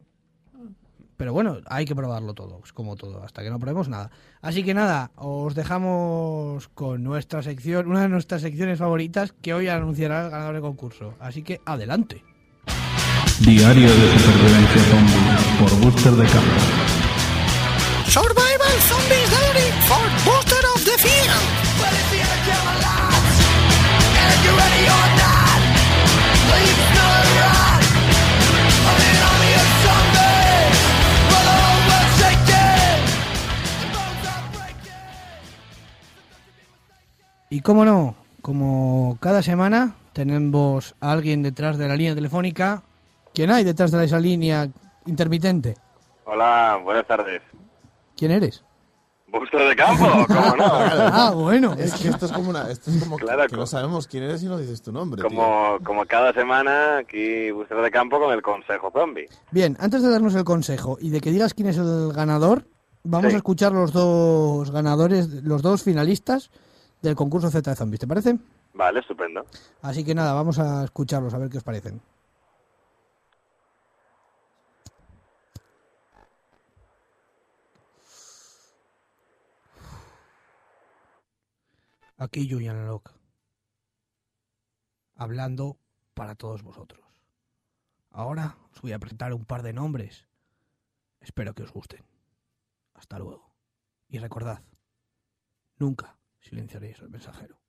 Speaker 3: Pero bueno, hay que probarlo todo, es como todo, hasta que no probemos nada. Así que nada, os dejamos con nuestra sección, una de nuestras secciones favoritas, que hoy anunciará el ganador del concurso. Así que adelante.
Speaker 8: Diario de supervivencia zombie por Booster de Campo.
Speaker 6: Survival Zombies Diary for Booster of the Field. Well, if you're still alive, and if you're ready or not, please smell it right. I'm an army of zombies, but the whole world's shaking. The bones are breaking.
Speaker 3: Y como no, como cada semana tenemos a alguien detrás de la línea telefónica. ¿Quién hay detrás de esa línea intermitente?
Speaker 9: Hola, buenas tardes.
Speaker 3: ¿Quién eres?
Speaker 9: ¿Booster de campo? ¿Cómo no?
Speaker 3: Ah, bueno.
Speaker 4: Es que esto es como una. Esto es como que-
Speaker 9: Claro,
Speaker 4: que, no
Speaker 9: co-
Speaker 4: sabemos quién eres y no dices tu nombre. tío.
Speaker 9: Como, como cada semana, aquí Booster de campo con el consejo zombie.
Speaker 3: Bien, antes de darnos el consejo y de que digas quién es el ganador, vamos
Speaker 9: Sí.
Speaker 3: a escuchar los dos ganadores, los dos finalistas del concurso Z de Zombies, ¿te parece?
Speaker 9: Vale, estupendo.
Speaker 3: Así que nada, vamos a escucharlos a ver qué os parecen. Aquí Julian Locke. Hablando para todos vosotros. Ahora os voy a presentar un par de nombres. Espero que os gusten. Hasta luego. Y recordad, nunca silenciaréis al mensajero.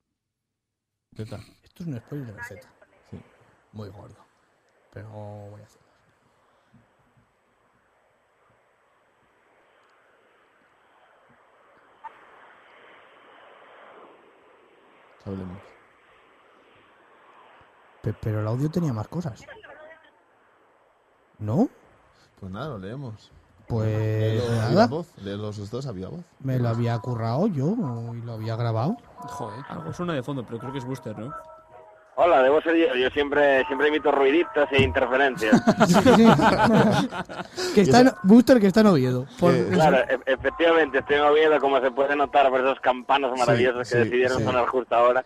Speaker 4: Zeta.
Speaker 3: Esto es un spoiler de receta. Muy gordo. Pero voy a hacer.
Speaker 4: Hablemos.
Speaker 3: Pe- Pero el audio tenía más cosas. ¿No?
Speaker 4: Pues nada, lo leemos.
Speaker 3: Pues
Speaker 4: Léelo a viva
Speaker 3: nada.
Speaker 4: voz, de los dos a viva voz.
Speaker 3: Me lo había currado yo y lo había grabado.
Speaker 2: Joder.
Speaker 1: Algo suena de fondo, pero creo que es Booster, ¿no?
Speaker 9: Hola, debo ser yo. Yo siempre, siempre imito ruiditas e interferencias.
Speaker 3: que está en, Booster que está en Oviedo. Por-
Speaker 4: Eh,
Speaker 9: Claro, e- efectivamente, estoy moviendo como se puede notar por esos campanos maravillosos
Speaker 4: sí,
Speaker 9: que decidieron
Speaker 4: sí.
Speaker 9: sonar justo ahora.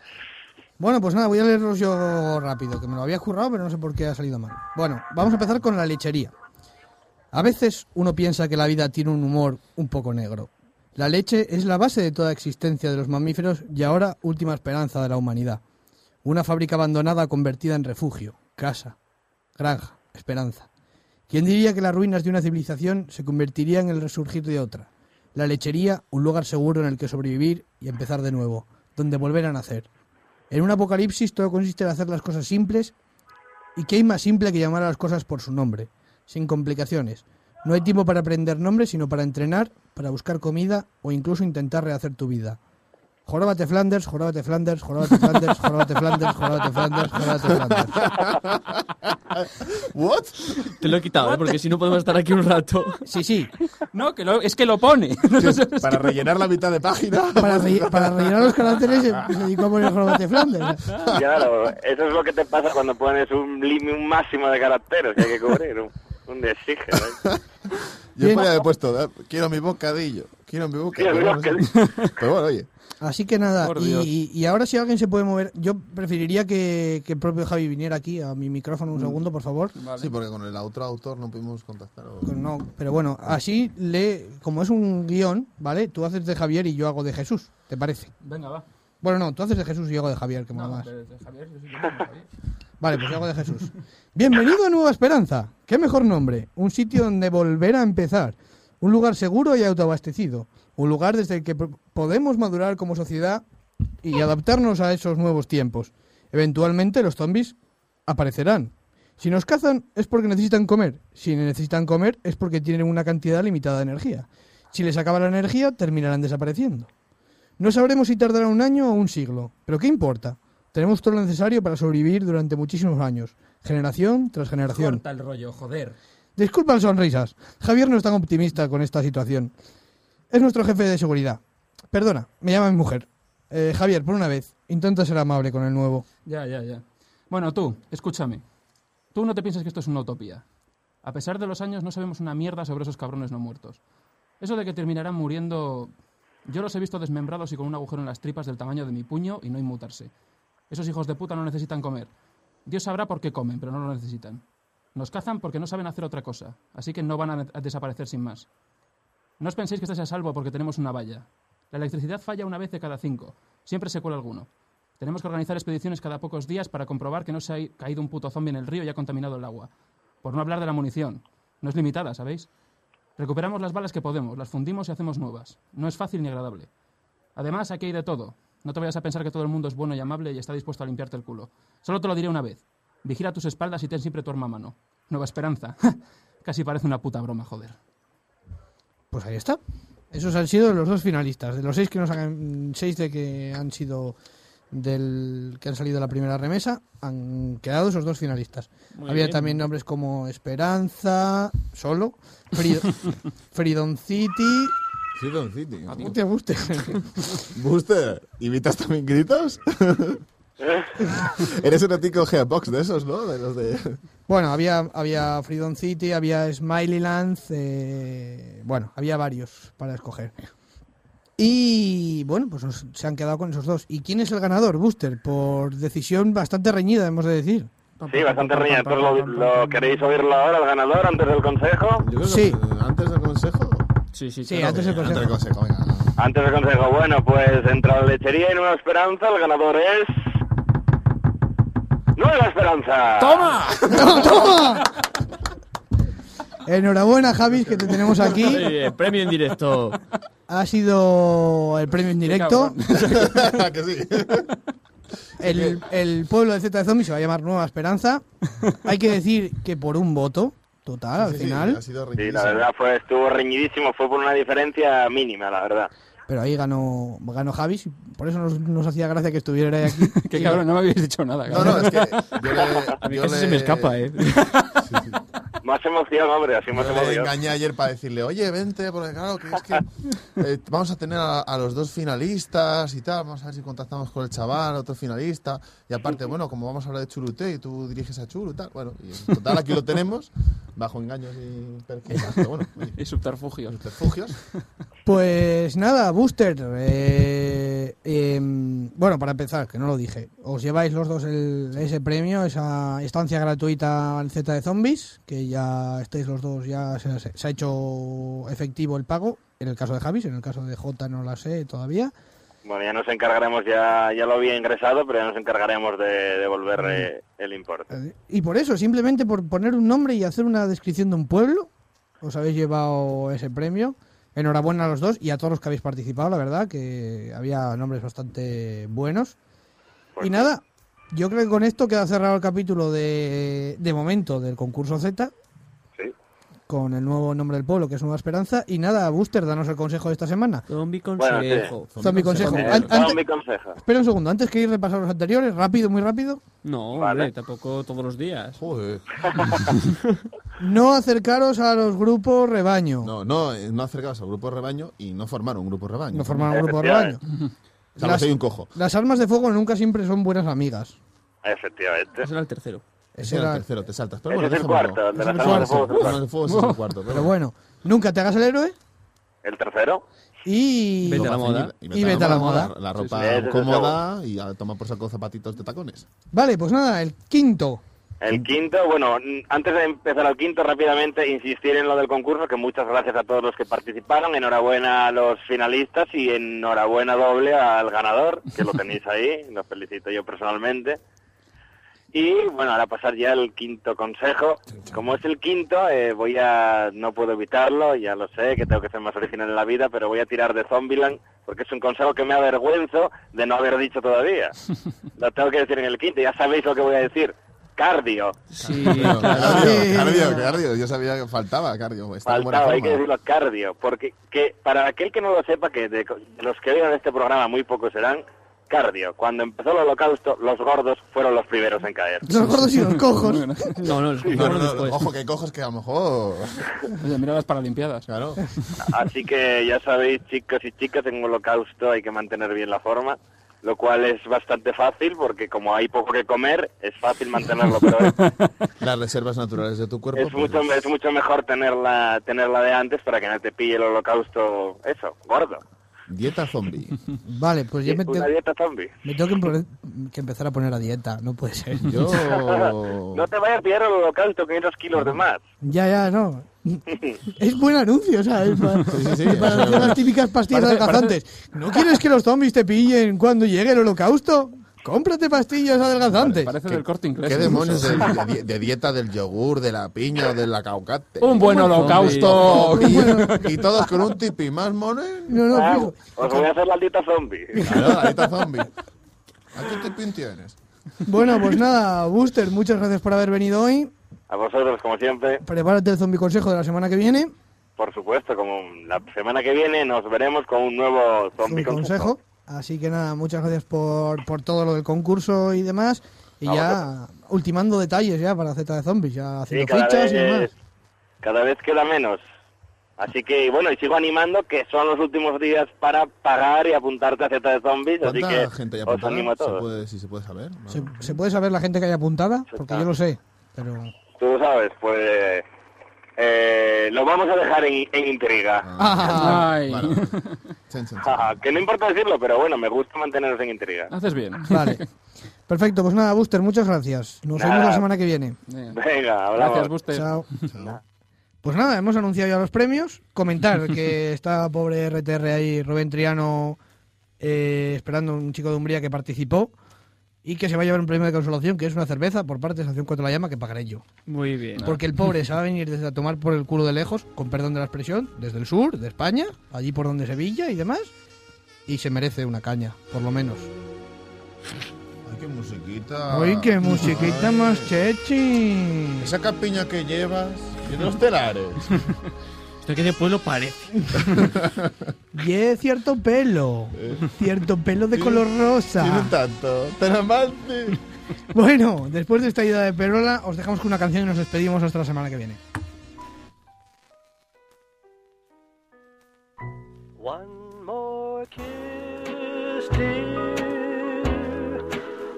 Speaker 3: Bueno, pues nada, voy a leerlos yo rápido, que me lo había currado, pero no sé por qué ha salido mal. Bueno, vamos a empezar con la lechería. A veces uno piensa que la vida tiene un humor un poco negro. La leche es la base de toda existencia de los mamíferos y ahora última esperanza de la humanidad. Una fábrica abandonada convertida en refugio, casa, granja, esperanza. ¿Quién diría que las ruinas de una civilización se convertirían en el resurgir de otra? La lechería, un lugar seguro en el que sobrevivir y empezar de nuevo, donde volver a nacer. En un apocalipsis todo consiste en hacer las cosas simples y que hay más simple que llamar a las cosas por su nombre, sin complicaciones. No hay tiempo para aprender nombres, sino para entrenar, para buscar comida o incluso intentar rehacer tu vida. Jorábate Flanders, jorábate Flanders, jorábate Flanders, jorábate Flanders, jorábate Flanders, jorábate Flanders.
Speaker 4: ¿What?
Speaker 1: Te lo he quitado, ¿eh? porque si no podemos estar aquí un rato.
Speaker 3: Sí, sí,
Speaker 2: No, que lo- es que lo pone.
Speaker 4: Para rellenar la mitad de página.
Speaker 3: para, relle- para rellenar los caracteres se, se dedicó a poner jorábate Flanders.
Speaker 4: Ah.
Speaker 9: Claro, eso es lo que te pasa cuando pones un límite un máximo de caracteres que hay que cubrir, un, un desígeno.
Speaker 4: Yo
Speaker 3: Bien.
Speaker 4: podría haber puesto, eh, quiero mi bocadillo. Quiero mi bocadillo.
Speaker 9: Quiero mi
Speaker 4: pero bueno, sí. Pero bueno, oye.
Speaker 3: Así que nada,
Speaker 2: Por Dios.
Speaker 3: y, y ahora si alguien se puede mover, yo preferiría que, que el propio Javi viniera aquí a mi micrófono un
Speaker 2: Mm.
Speaker 3: segundo, por favor.
Speaker 4: Sí, porque con el otro autor no pudimos contactar. o-
Speaker 3: pues No, pero bueno, así le, como es un guión, ¿vale? Tú haces de Javier y yo hago de Jesús, ¿te parece?
Speaker 2: Venga, va.
Speaker 3: Bueno, no, tú haces de Jesús y yo hago de Javier, que mola más.
Speaker 2: eh, Javier, yo soy
Speaker 3: Vale, pues yo hago de Jesús. Bienvenido a Nueva Esperanza. Qué mejor nombre. Un sitio donde volver a empezar. Un lugar seguro y autoabastecido. Un lugar desde el que po- podemos madurar como sociedad y adaptarnos a esos nuevos tiempos. Eventualmente los zombies aparecerán. Si nos cazan es porque necesitan comer. Si necesitan comer es porque tienen una cantidad limitada de energía. Si les acaba la energía, terminarán desapareciendo. No sabremos si tardará un año o un siglo, pero ¿qué importa? Tenemos todo lo necesario para sobrevivir durante muchísimos años, generación tras generación.
Speaker 2: el rollo, joder.
Speaker 3: Disculpa las sonrisas. Javier no es tan optimista con esta situación. Es nuestro jefe de seguridad. Perdona, me llama mi mujer. Eh, Javier, por una vez, intenta ser amable con el nuevo.
Speaker 2: Ya, ya, ya. Bueno, tú, escúchame. Tú no te piensas que esto es una utopía. A pesar de los años, no sabemos una mierda sobre esos cabrones no muertos. Eso de que terminarán muriendo. Yo los he visto desmembrados y con un agujero en las tripas del tamaño de mi puño y no inmutarse. Esos hijos de puta no necesitan comer. Dios sabrá por qué comen, pero no lo necesitan. Nos cazan porque no saben hacer otra cosa, así que no van a, a desaparecer sin más. No os penséis que estáis a salvo porque tenemos una valla. La electricidad falla una vez de cada cinco. Siempre se cuela alguno. Tenemos que organizar expediciones cada pocos días para comprobar que no se ha caído un puto zombie en el río y ha contaminado el agua. Por no hablar de la munición. No es limitada, ¿sabéis? Recuperamos las balas que podemos, las fundimos y hacemos nuevas. No es fácil ni agradable. Además, aquí hay de todo. No te vayas a pensar que todo el mundo es bueno y amable y está dispuesto a limpiarte el culo. Solo te lo diré una vez. Vigila tus espaldas y ten siempre tu arma a mano. Nueva esperanza. Casi parece una puta broma, joder.
Speaker 3: Pues ahí está. Esos han sido los dos finalistas. De los seis que nos han, seis de que han sido del que han salido de la primera remesa, han quedado esos dos finalistas.
Speaker 1: Muy
Speaker 3: Había
Speaker 1: bien.
Speaker 3: también nombres como Esperanza, Solo, Fri- Freedom City.
Speaker 4: Sí, Don City.
Speaker 3: Hostia, guste.
Speaker 4: Booster, ¿imitas también gritos?
Speaker 9: ¿Eh?
Speaker 4: Eres un auténtico Gearbox de esos, ¿no? De los de...
Speaker 3: bueno, había, había Freedom City, había Smileyland, eh, bueno, había varios para escoger. Y bueno, pues nos- se han quedado con esos dos. ¿Y quién es el ganador, Booster? Por decisión bastante reñida, hemos de decir.
Speaker 9: Sí, bastante reña. ¿Todos lo, lo queréis oírlo ahora, el ganador, antes del consejo?
Speaker 4: Yo creo
Speaker 3: Sí.
Speaker 4: que antes del consejo...
Speaker 1: Sí, sí,
Speaker 3: Sí,
Speaker 1: claro.
Speaker 3: antes del
Speaker 4: Antes
Speaker 3: consejo.
Speaker 4: del consejo, venga.
Speaker 9: Antes de consejo, bueno, pues entra la lechería y Nueva Esperanza, el ganador es... ¡Nueva Esperanza!
Speaker 2: ¡Toma!
Speaker 3: Enhorabuena, Javis, que te tenemos aquí.
Speaker 10: Eh, premio en directo.
Speaker 3: Ha sido el premio en directo.
Speaker 4: que sí.
Speaker 3: El, el pueblo de Z de Zombie se va a llamar Nueva Esperanza. Hay que decir que por un voto total al
Speaker 4: Sí, sí,
Speaker 3: final,
Speaker 4: ha sido
Speaker 9: Sí,
Speaker 4: riquísimo.
Speaker 9: la verdad fue, estuvo reñidísimo, fue por una diferencia mínima, la verdad.
Speaker 3: pero ahí ganó, ganó Javis. y Por eso nos, nos hacía gracia que estuviera ahí aquí.
Speaker 2: Qué cabrón, no me habéis dicho nada.
Speaker 4: No,
Speaker 2: Cabrón.
Speaker 4: no, es que yo le,
Speaker 10: A mí
Speaker 4: yo
Speaker 10: casi
Speaker 4: le-
Speaker 10: se me escapa, ¿eh?
Speaker 4: Sí, sí.
Speaker 9: Más emoción, hombre, así más
Speaker 4: Yo le
Speaker 9: emoción.
Speaker 4: engañé ayer para decirle, oye, vente, porque claro, que es que eh, vamos a tener a, a los dos finalistas y tal, vamos a ver si contactamos con el chaval, otro finalista, y aparte, bueno, como vamos a hablar de Churute y tú diriges a Churu y tal, bueno, y en total aquí lo tenemos, bajo engaños y perfiles, pero bueno, oye,
Speaker 2: Y subterfugios.
Speaker 4: subterfugios.
Speaker 3: Pues nada, Booster. eh, em, bueno, para empezar, que no lo dije, os lleváis los dos el- ese premio, esa estancia gratuita al Z de Zombies, que ya estáis los dos, ya se, se ha hecho efectivo el pago. En el caso de Javis, en el caso de J no la sé todavía.
Speaker 9: Bueno, ya nos encargaremos, ya, ya lo había ingresado, pero ya nos encargaremos de devolver eh, el importe.
Speaker 3: Eh, Y por eso, simplemente por poner un nombre y hacer una descripción de un pueblo, os habéis llevado ese premio. Enhorabuena a los dos y a todos los que habéis participado, la verdad, que había nombres bastante buenos.
Speaker 9: Pues
Speaker 3: Y nada, yo creo que con esto queda cerrado el capítulo de, de momento del concurso Z.
Speaker 9: Sí.
Speaker 3: Con el nuevo nombre del pueblo, que es Nueva Esperanza. Y nada, Booster, danos el consejo de esta semana.
Speaker 10: Zombie
Speaker 9: Bueno, sí.
Speaker 10: consejo.
Speaker 3: Zombie consejo.
Speaker 9: Eh,
Speaker 3: An-
Speaker 9: todo
Speaker 3: ante-
Speaker 9: mi consejo.
Speaker 3: espera un segundo, antes que ir repasar los anteriores, rápido, muy rápido.
Speaker 10: No,
Speaker 9: Vale.
Speaker 10: hombre, tampoco todos los días.
Speaker 4: Joder.
Speaker 3: No acercaros a los grupos rebaño.
Speaker 4: No, no, eh, no acercaos al grupo rebaño y no formar un grupo rebaño.
Speaker 3: No formaron un grupo rebaño.
Speaker 9: Efectivamente.
Speaker 4: Salvo si pues hay un cojo.
Speaker 3: Las armas de fuego nunca siempre son buenas amigas.
Speaker 9: Efectivamente.
Speaker 10: Ese era el tercero.
Speaker 4: Ese era el tercero, te saltas. Pero
Speaker 9: Ese
Speaker 4: bueno,
Speaker 9: es el
Speaker 4: déjamelo.
Speaker 9: cuarto, el de
Speaker 4: Ese
Speaker 9: las
Speaker 4: es el
Speaker 9: armas de
Speaker 4: cuarto.
Speaker 9: fuego es el
Speaker 4: Las armas de fuego es el cuarto, pero
Speaker 3: Pero bueno, nunca te hagas el héroe
Speaker 9: El tercero,
Speaker 3: y...
Speaker 10: Vete a la
Speaker 4: Ropa
Speaker 10: moda.
Speaker 4: ceñida
Speaker 3: Y vete a la moda.
Speaker 4: La, la ropa
Speaker 9: Sí, sí. Ese es el
Speaker 4: cómoda y a tomar por saco zapatitos de tacones.
Speaker 3: Vale, pues nada, el quinto.
Speaker 9: el quinto, bueno, n- antes de empezar al quinto, rápidamente insistir en lo del concurso, que muchas gracias a todos los que participaron, enhorabuena a los finalistas y enhorabuena doble al ganador, que lo tenéis ahí, lo felicito yo personalmente. Y bueno, ahora pasar ya al quinto consejo. Como es el quinto, eh, voy a, no puedo evitarlo, ya lo sé, que tengo que ser más original en la vida, pero voy a tirar de Zombieland porque es un consejo que me avergüenzo de no haber dicho todavía. lo tengo que decir en el quinto, ya sabéis lo que voy a decir. Cardio,
Speaker 10: Sí,
Speaker 4: Pero,
Speaker 10: claro.
Speaker 4: cardio,
Speaker 3: Sí.
Speaker 4: cardio, cardio. Yo sabía que faltaba cardio. Está en buena
Speaker 9: faltaba, hay que
Speaker 4: forma.
Speaker 9: decirlo cardio, porque que para aquel que no lo sepa, que de, de los que oigan este programa muy pocos serán, cardio. Cuando empezó el holocausto, los gordos fueron los primeros en caer.
Speaker 3: Los gordos y los cojos.
Speaker 2: Muy bien.
Speaker 10: No, no, los
Speaker 4: No, no,
Speaker 10: contamos
Speaker 4: no,
Speaker 10: después.
Speaker 4: Ojo, que cojos que a lo mejor.
Speaker 2: Oye, mira las Paralimpiadas.
Speaker 4: Claro.
Speaker 9: Así que ya sabéis, chicos y chicas, en un holocausto hay que mantener bien la forma, lo cual es bastante fácil porque como hay poco que comer, es fácil mantenerlo, pero es,
Speaker 4: Las reservas naturales de tu cuerpo.
Speaker 9: es
Speaker 4: pues,
Speaker 9: mucho es mucho mejor tenerla tenerla de antes para que no te pille el holocausto, eso, gordo.
Speaker 4: Dieta zombie.
Speaker 3: Vale, pues ya me,
Speaker 9: Una
Speaker 3: te-
Speaker 9: dieta zombie.
Speaker 3: me tengo que, empo- que empezar a poner a dieta, no puede ser.
Speaker 4: Yo.
Speaker 9: No te vayas a pillar el holocausto, 500 kilos de más.
Speaker 3: Ya, ya, no. Es buen anuncio, ¿sabes? Para,
Speaker 4: Sí, sí, sí.
Speaker 3: para hacer las típicas pastillas
Speaker 2: Parece-
Speaker 3: adelgazantes. ¿No quieres que los zombies te pillen cuando llegue el holocausto? Cómprate pastillas adelgazantes.
Speaker 2: Parece
Speaker 4: ¿Qué-
Speaker 2: del corte inglés.
Speaker 4: ¿Qué
Speaker 2: incluso.
Speaker 4: demonios de, de- de dieta del yogur, de la piña, del aguacate?
Speaker 2: Un buen holocausto.
Speaker 4: Y, y todos con un tipi más mono.
Speaker 3: No, no,
Speaker 9: Ah,
Speaker 3: fijo.
Speaker 9: os voy a hacer la dieta zombie.
Speaker 4: Claro, la dieta zombie. ¿A qué tipi tienes?
Speaker 3: Bueno, pues nada, Booster, muchas gracias por haber venido hoy.
Speaker 9: A vosotros, como siempre,
Speaker 3: Prepárate el zombie consejo de la semana que viene.
Speaker 9: por supuesto, como la semana que viene nos veremos con un nuevo
Speaker 3: Zombie
Speaker 9: zombie consejo.
Speaker 3: consejo. Así que nada, muchas gracias por, por todo lo del concurso y demás. Y
Speaker 9: A
Speaker 3: ya ultimando detalles ya para Z de Zombies, ya
Speaker 9: Sí,
Speaker 3: haciendo
Speaker 9: cada
Speaker 3: fichas y demás.
Speaker 9: vez, cada vez queda menos. Así que, bueno, y sigo animando que son los últimos días para pagar y apuntarte a Z de Zombies, así que
Speaker 4: ¿Cuánta gente ya
Speaker 9: os animo a
Speaker 4: ¿Se
Speaker 9: todos.
Speaker 4: puede, si se puede saber? No.
Speaker 3: ¿Se, se puede saber la gente que hay apuntada? Porque yo lo sé, pero...
Speaker 9: Tú sabes, pues eh, lo vamos a dejar en, en intriga.
Speaker 3: Ah,
Speaker 2: Ay.
Speaker 4: Vale. Chen, chen, chen.
Speaker 9: Ajá, que no importa decirlo, pero bueno, me gusta manteneros en intriga.
Speaker 3: Ah.
Speaker 2: Haces bien.
Speaker 3: vale. Perfecto, pues nada, Booster, muchas gracias. Nos vemos
Speaker 9: Nada.
Speaker 3: la semana que viene.
Speaker 2: Venga.
Speaker 9: Venga, hablamos.
Speaker 2: Gracias, Buster.
Speaker 3: Chao. Pues nada, hemos anunciado ya los premios. Comentar que está pobre RTR ahí, Rubén Triano, eh, esperando un chico de Umbría que participó y que se va a llevar un premio de consolación, que es una cerveza por parte de Sanción Contra la Llama, que pagaré yo.
Speaker 1: Muy bien.
Speaker 3: Porque el pobre se va a venir desde a tomar por el culo de lejos, con perdón de la expresión, desde el sur, de España, allí por donde Sevilla y demás, y se merece una caña, por lo menos.
Speaker 4: Ay, qué musiquita.
Speaker 3: Uy, qué musiquita
Speaker 4: Ay.
Speaker 3: más chechi.
Speaker 4: Esa capiña que llevas tiene los telares.
Speaker 1: Esto que de pueblo parece.
Speaker 3: Y es cierto pelo, cierto pelo de color
Speaker 4: Tiene
Speaker 3: rosa.
Speaker 4: ¿eh? tanto. Tan amante.
Speaker 3: Bueno, después de esta ida de perola, os dejamos con una canción y nos despedimos hasta la semana que viene.
Speaker 9: One more kiss, dear.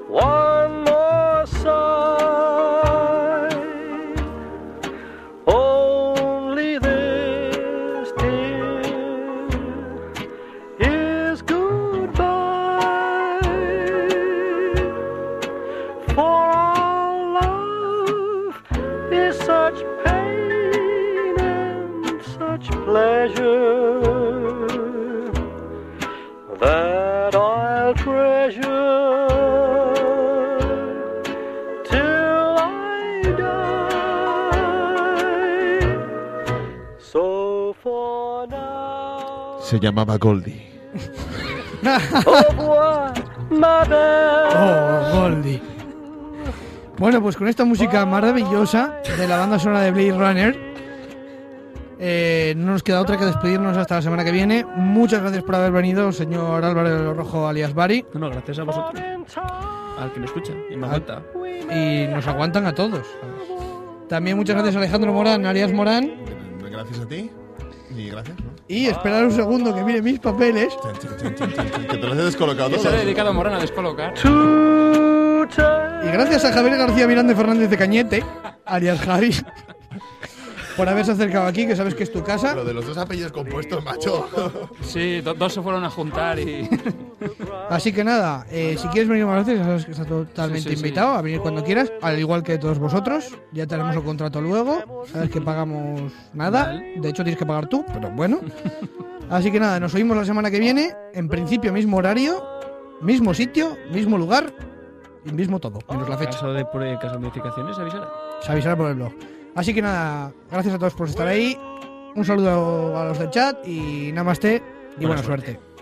Speaker 9: One more sigh. Only this, dear, is goodbye. For our love is such pain and such pleasure that I'll treasure till I die. So for now.
Speaker 4: Se llamaba Goldie.
Speaker 9: au revoir, ma belle.
Speaker 3: Oh, Goldie. Bueno, pues con esta música maravillosa de la banda sonora de Blade Runner, eh, no nos queda otra que despedirnos hasta la semana que viene. Muchas gracias por haber venido, señor Álvaro Rojo alias Bari.
Speaker 1: No, no, gracias a vosotros. Al que me escucha y me aguanta.
Speaker 3: Y nos aguantan a todos. También muchas gracias a Alejandro Morán, alias Morán.
Speaker 4: Gracias a ti. Y gracias, ¿no?
Speaker 3: Y esperar un segundo que mire mis papeles.
Speaker 4: Que te lo has descolocado
Speaker 2: Que se ha
Speaker 4: todo.
Speaker 2: dedicado Morán a descolocar.
Speaker 3: Y gracias a Javier García Miranda Fernández de Cañete, alias Javi, por haberse acercado aquí, que sabes que es tu casa.
Speaker 4: Lo de los dos apellidos compuestos, macho.
Speaker 2: Sí, do- dos se fueron a juntar y.
Speaker 3: Así que nada, eh, si quieres venir más veces, ya sabes que estás totalmente
Speaker 2: Sí, sí, sí.
Speaker 3: invitado a venir cuando quieras, al igual que todos vosotros. Ya te haremos el contrato luego, sabes que pagamos nada, de hecho tienes que pagar tú, pero bueno. Así que nada, nos oímos la semana que viene, en principio mismo horario, mismo sitio, mismo lugar y mismo todo, menos la
Speaker 1: En
Speaker 3: fecha.
Speaker 1: caso de, por- caso de modificaciones, avisará.
Speaker 3: Se avisará por el blog. Así que nada, gracias a todos por estar ahí, un saludo a los del chat y namaste y
Speaker 1: Buena
Speaker 3: buena, suerte.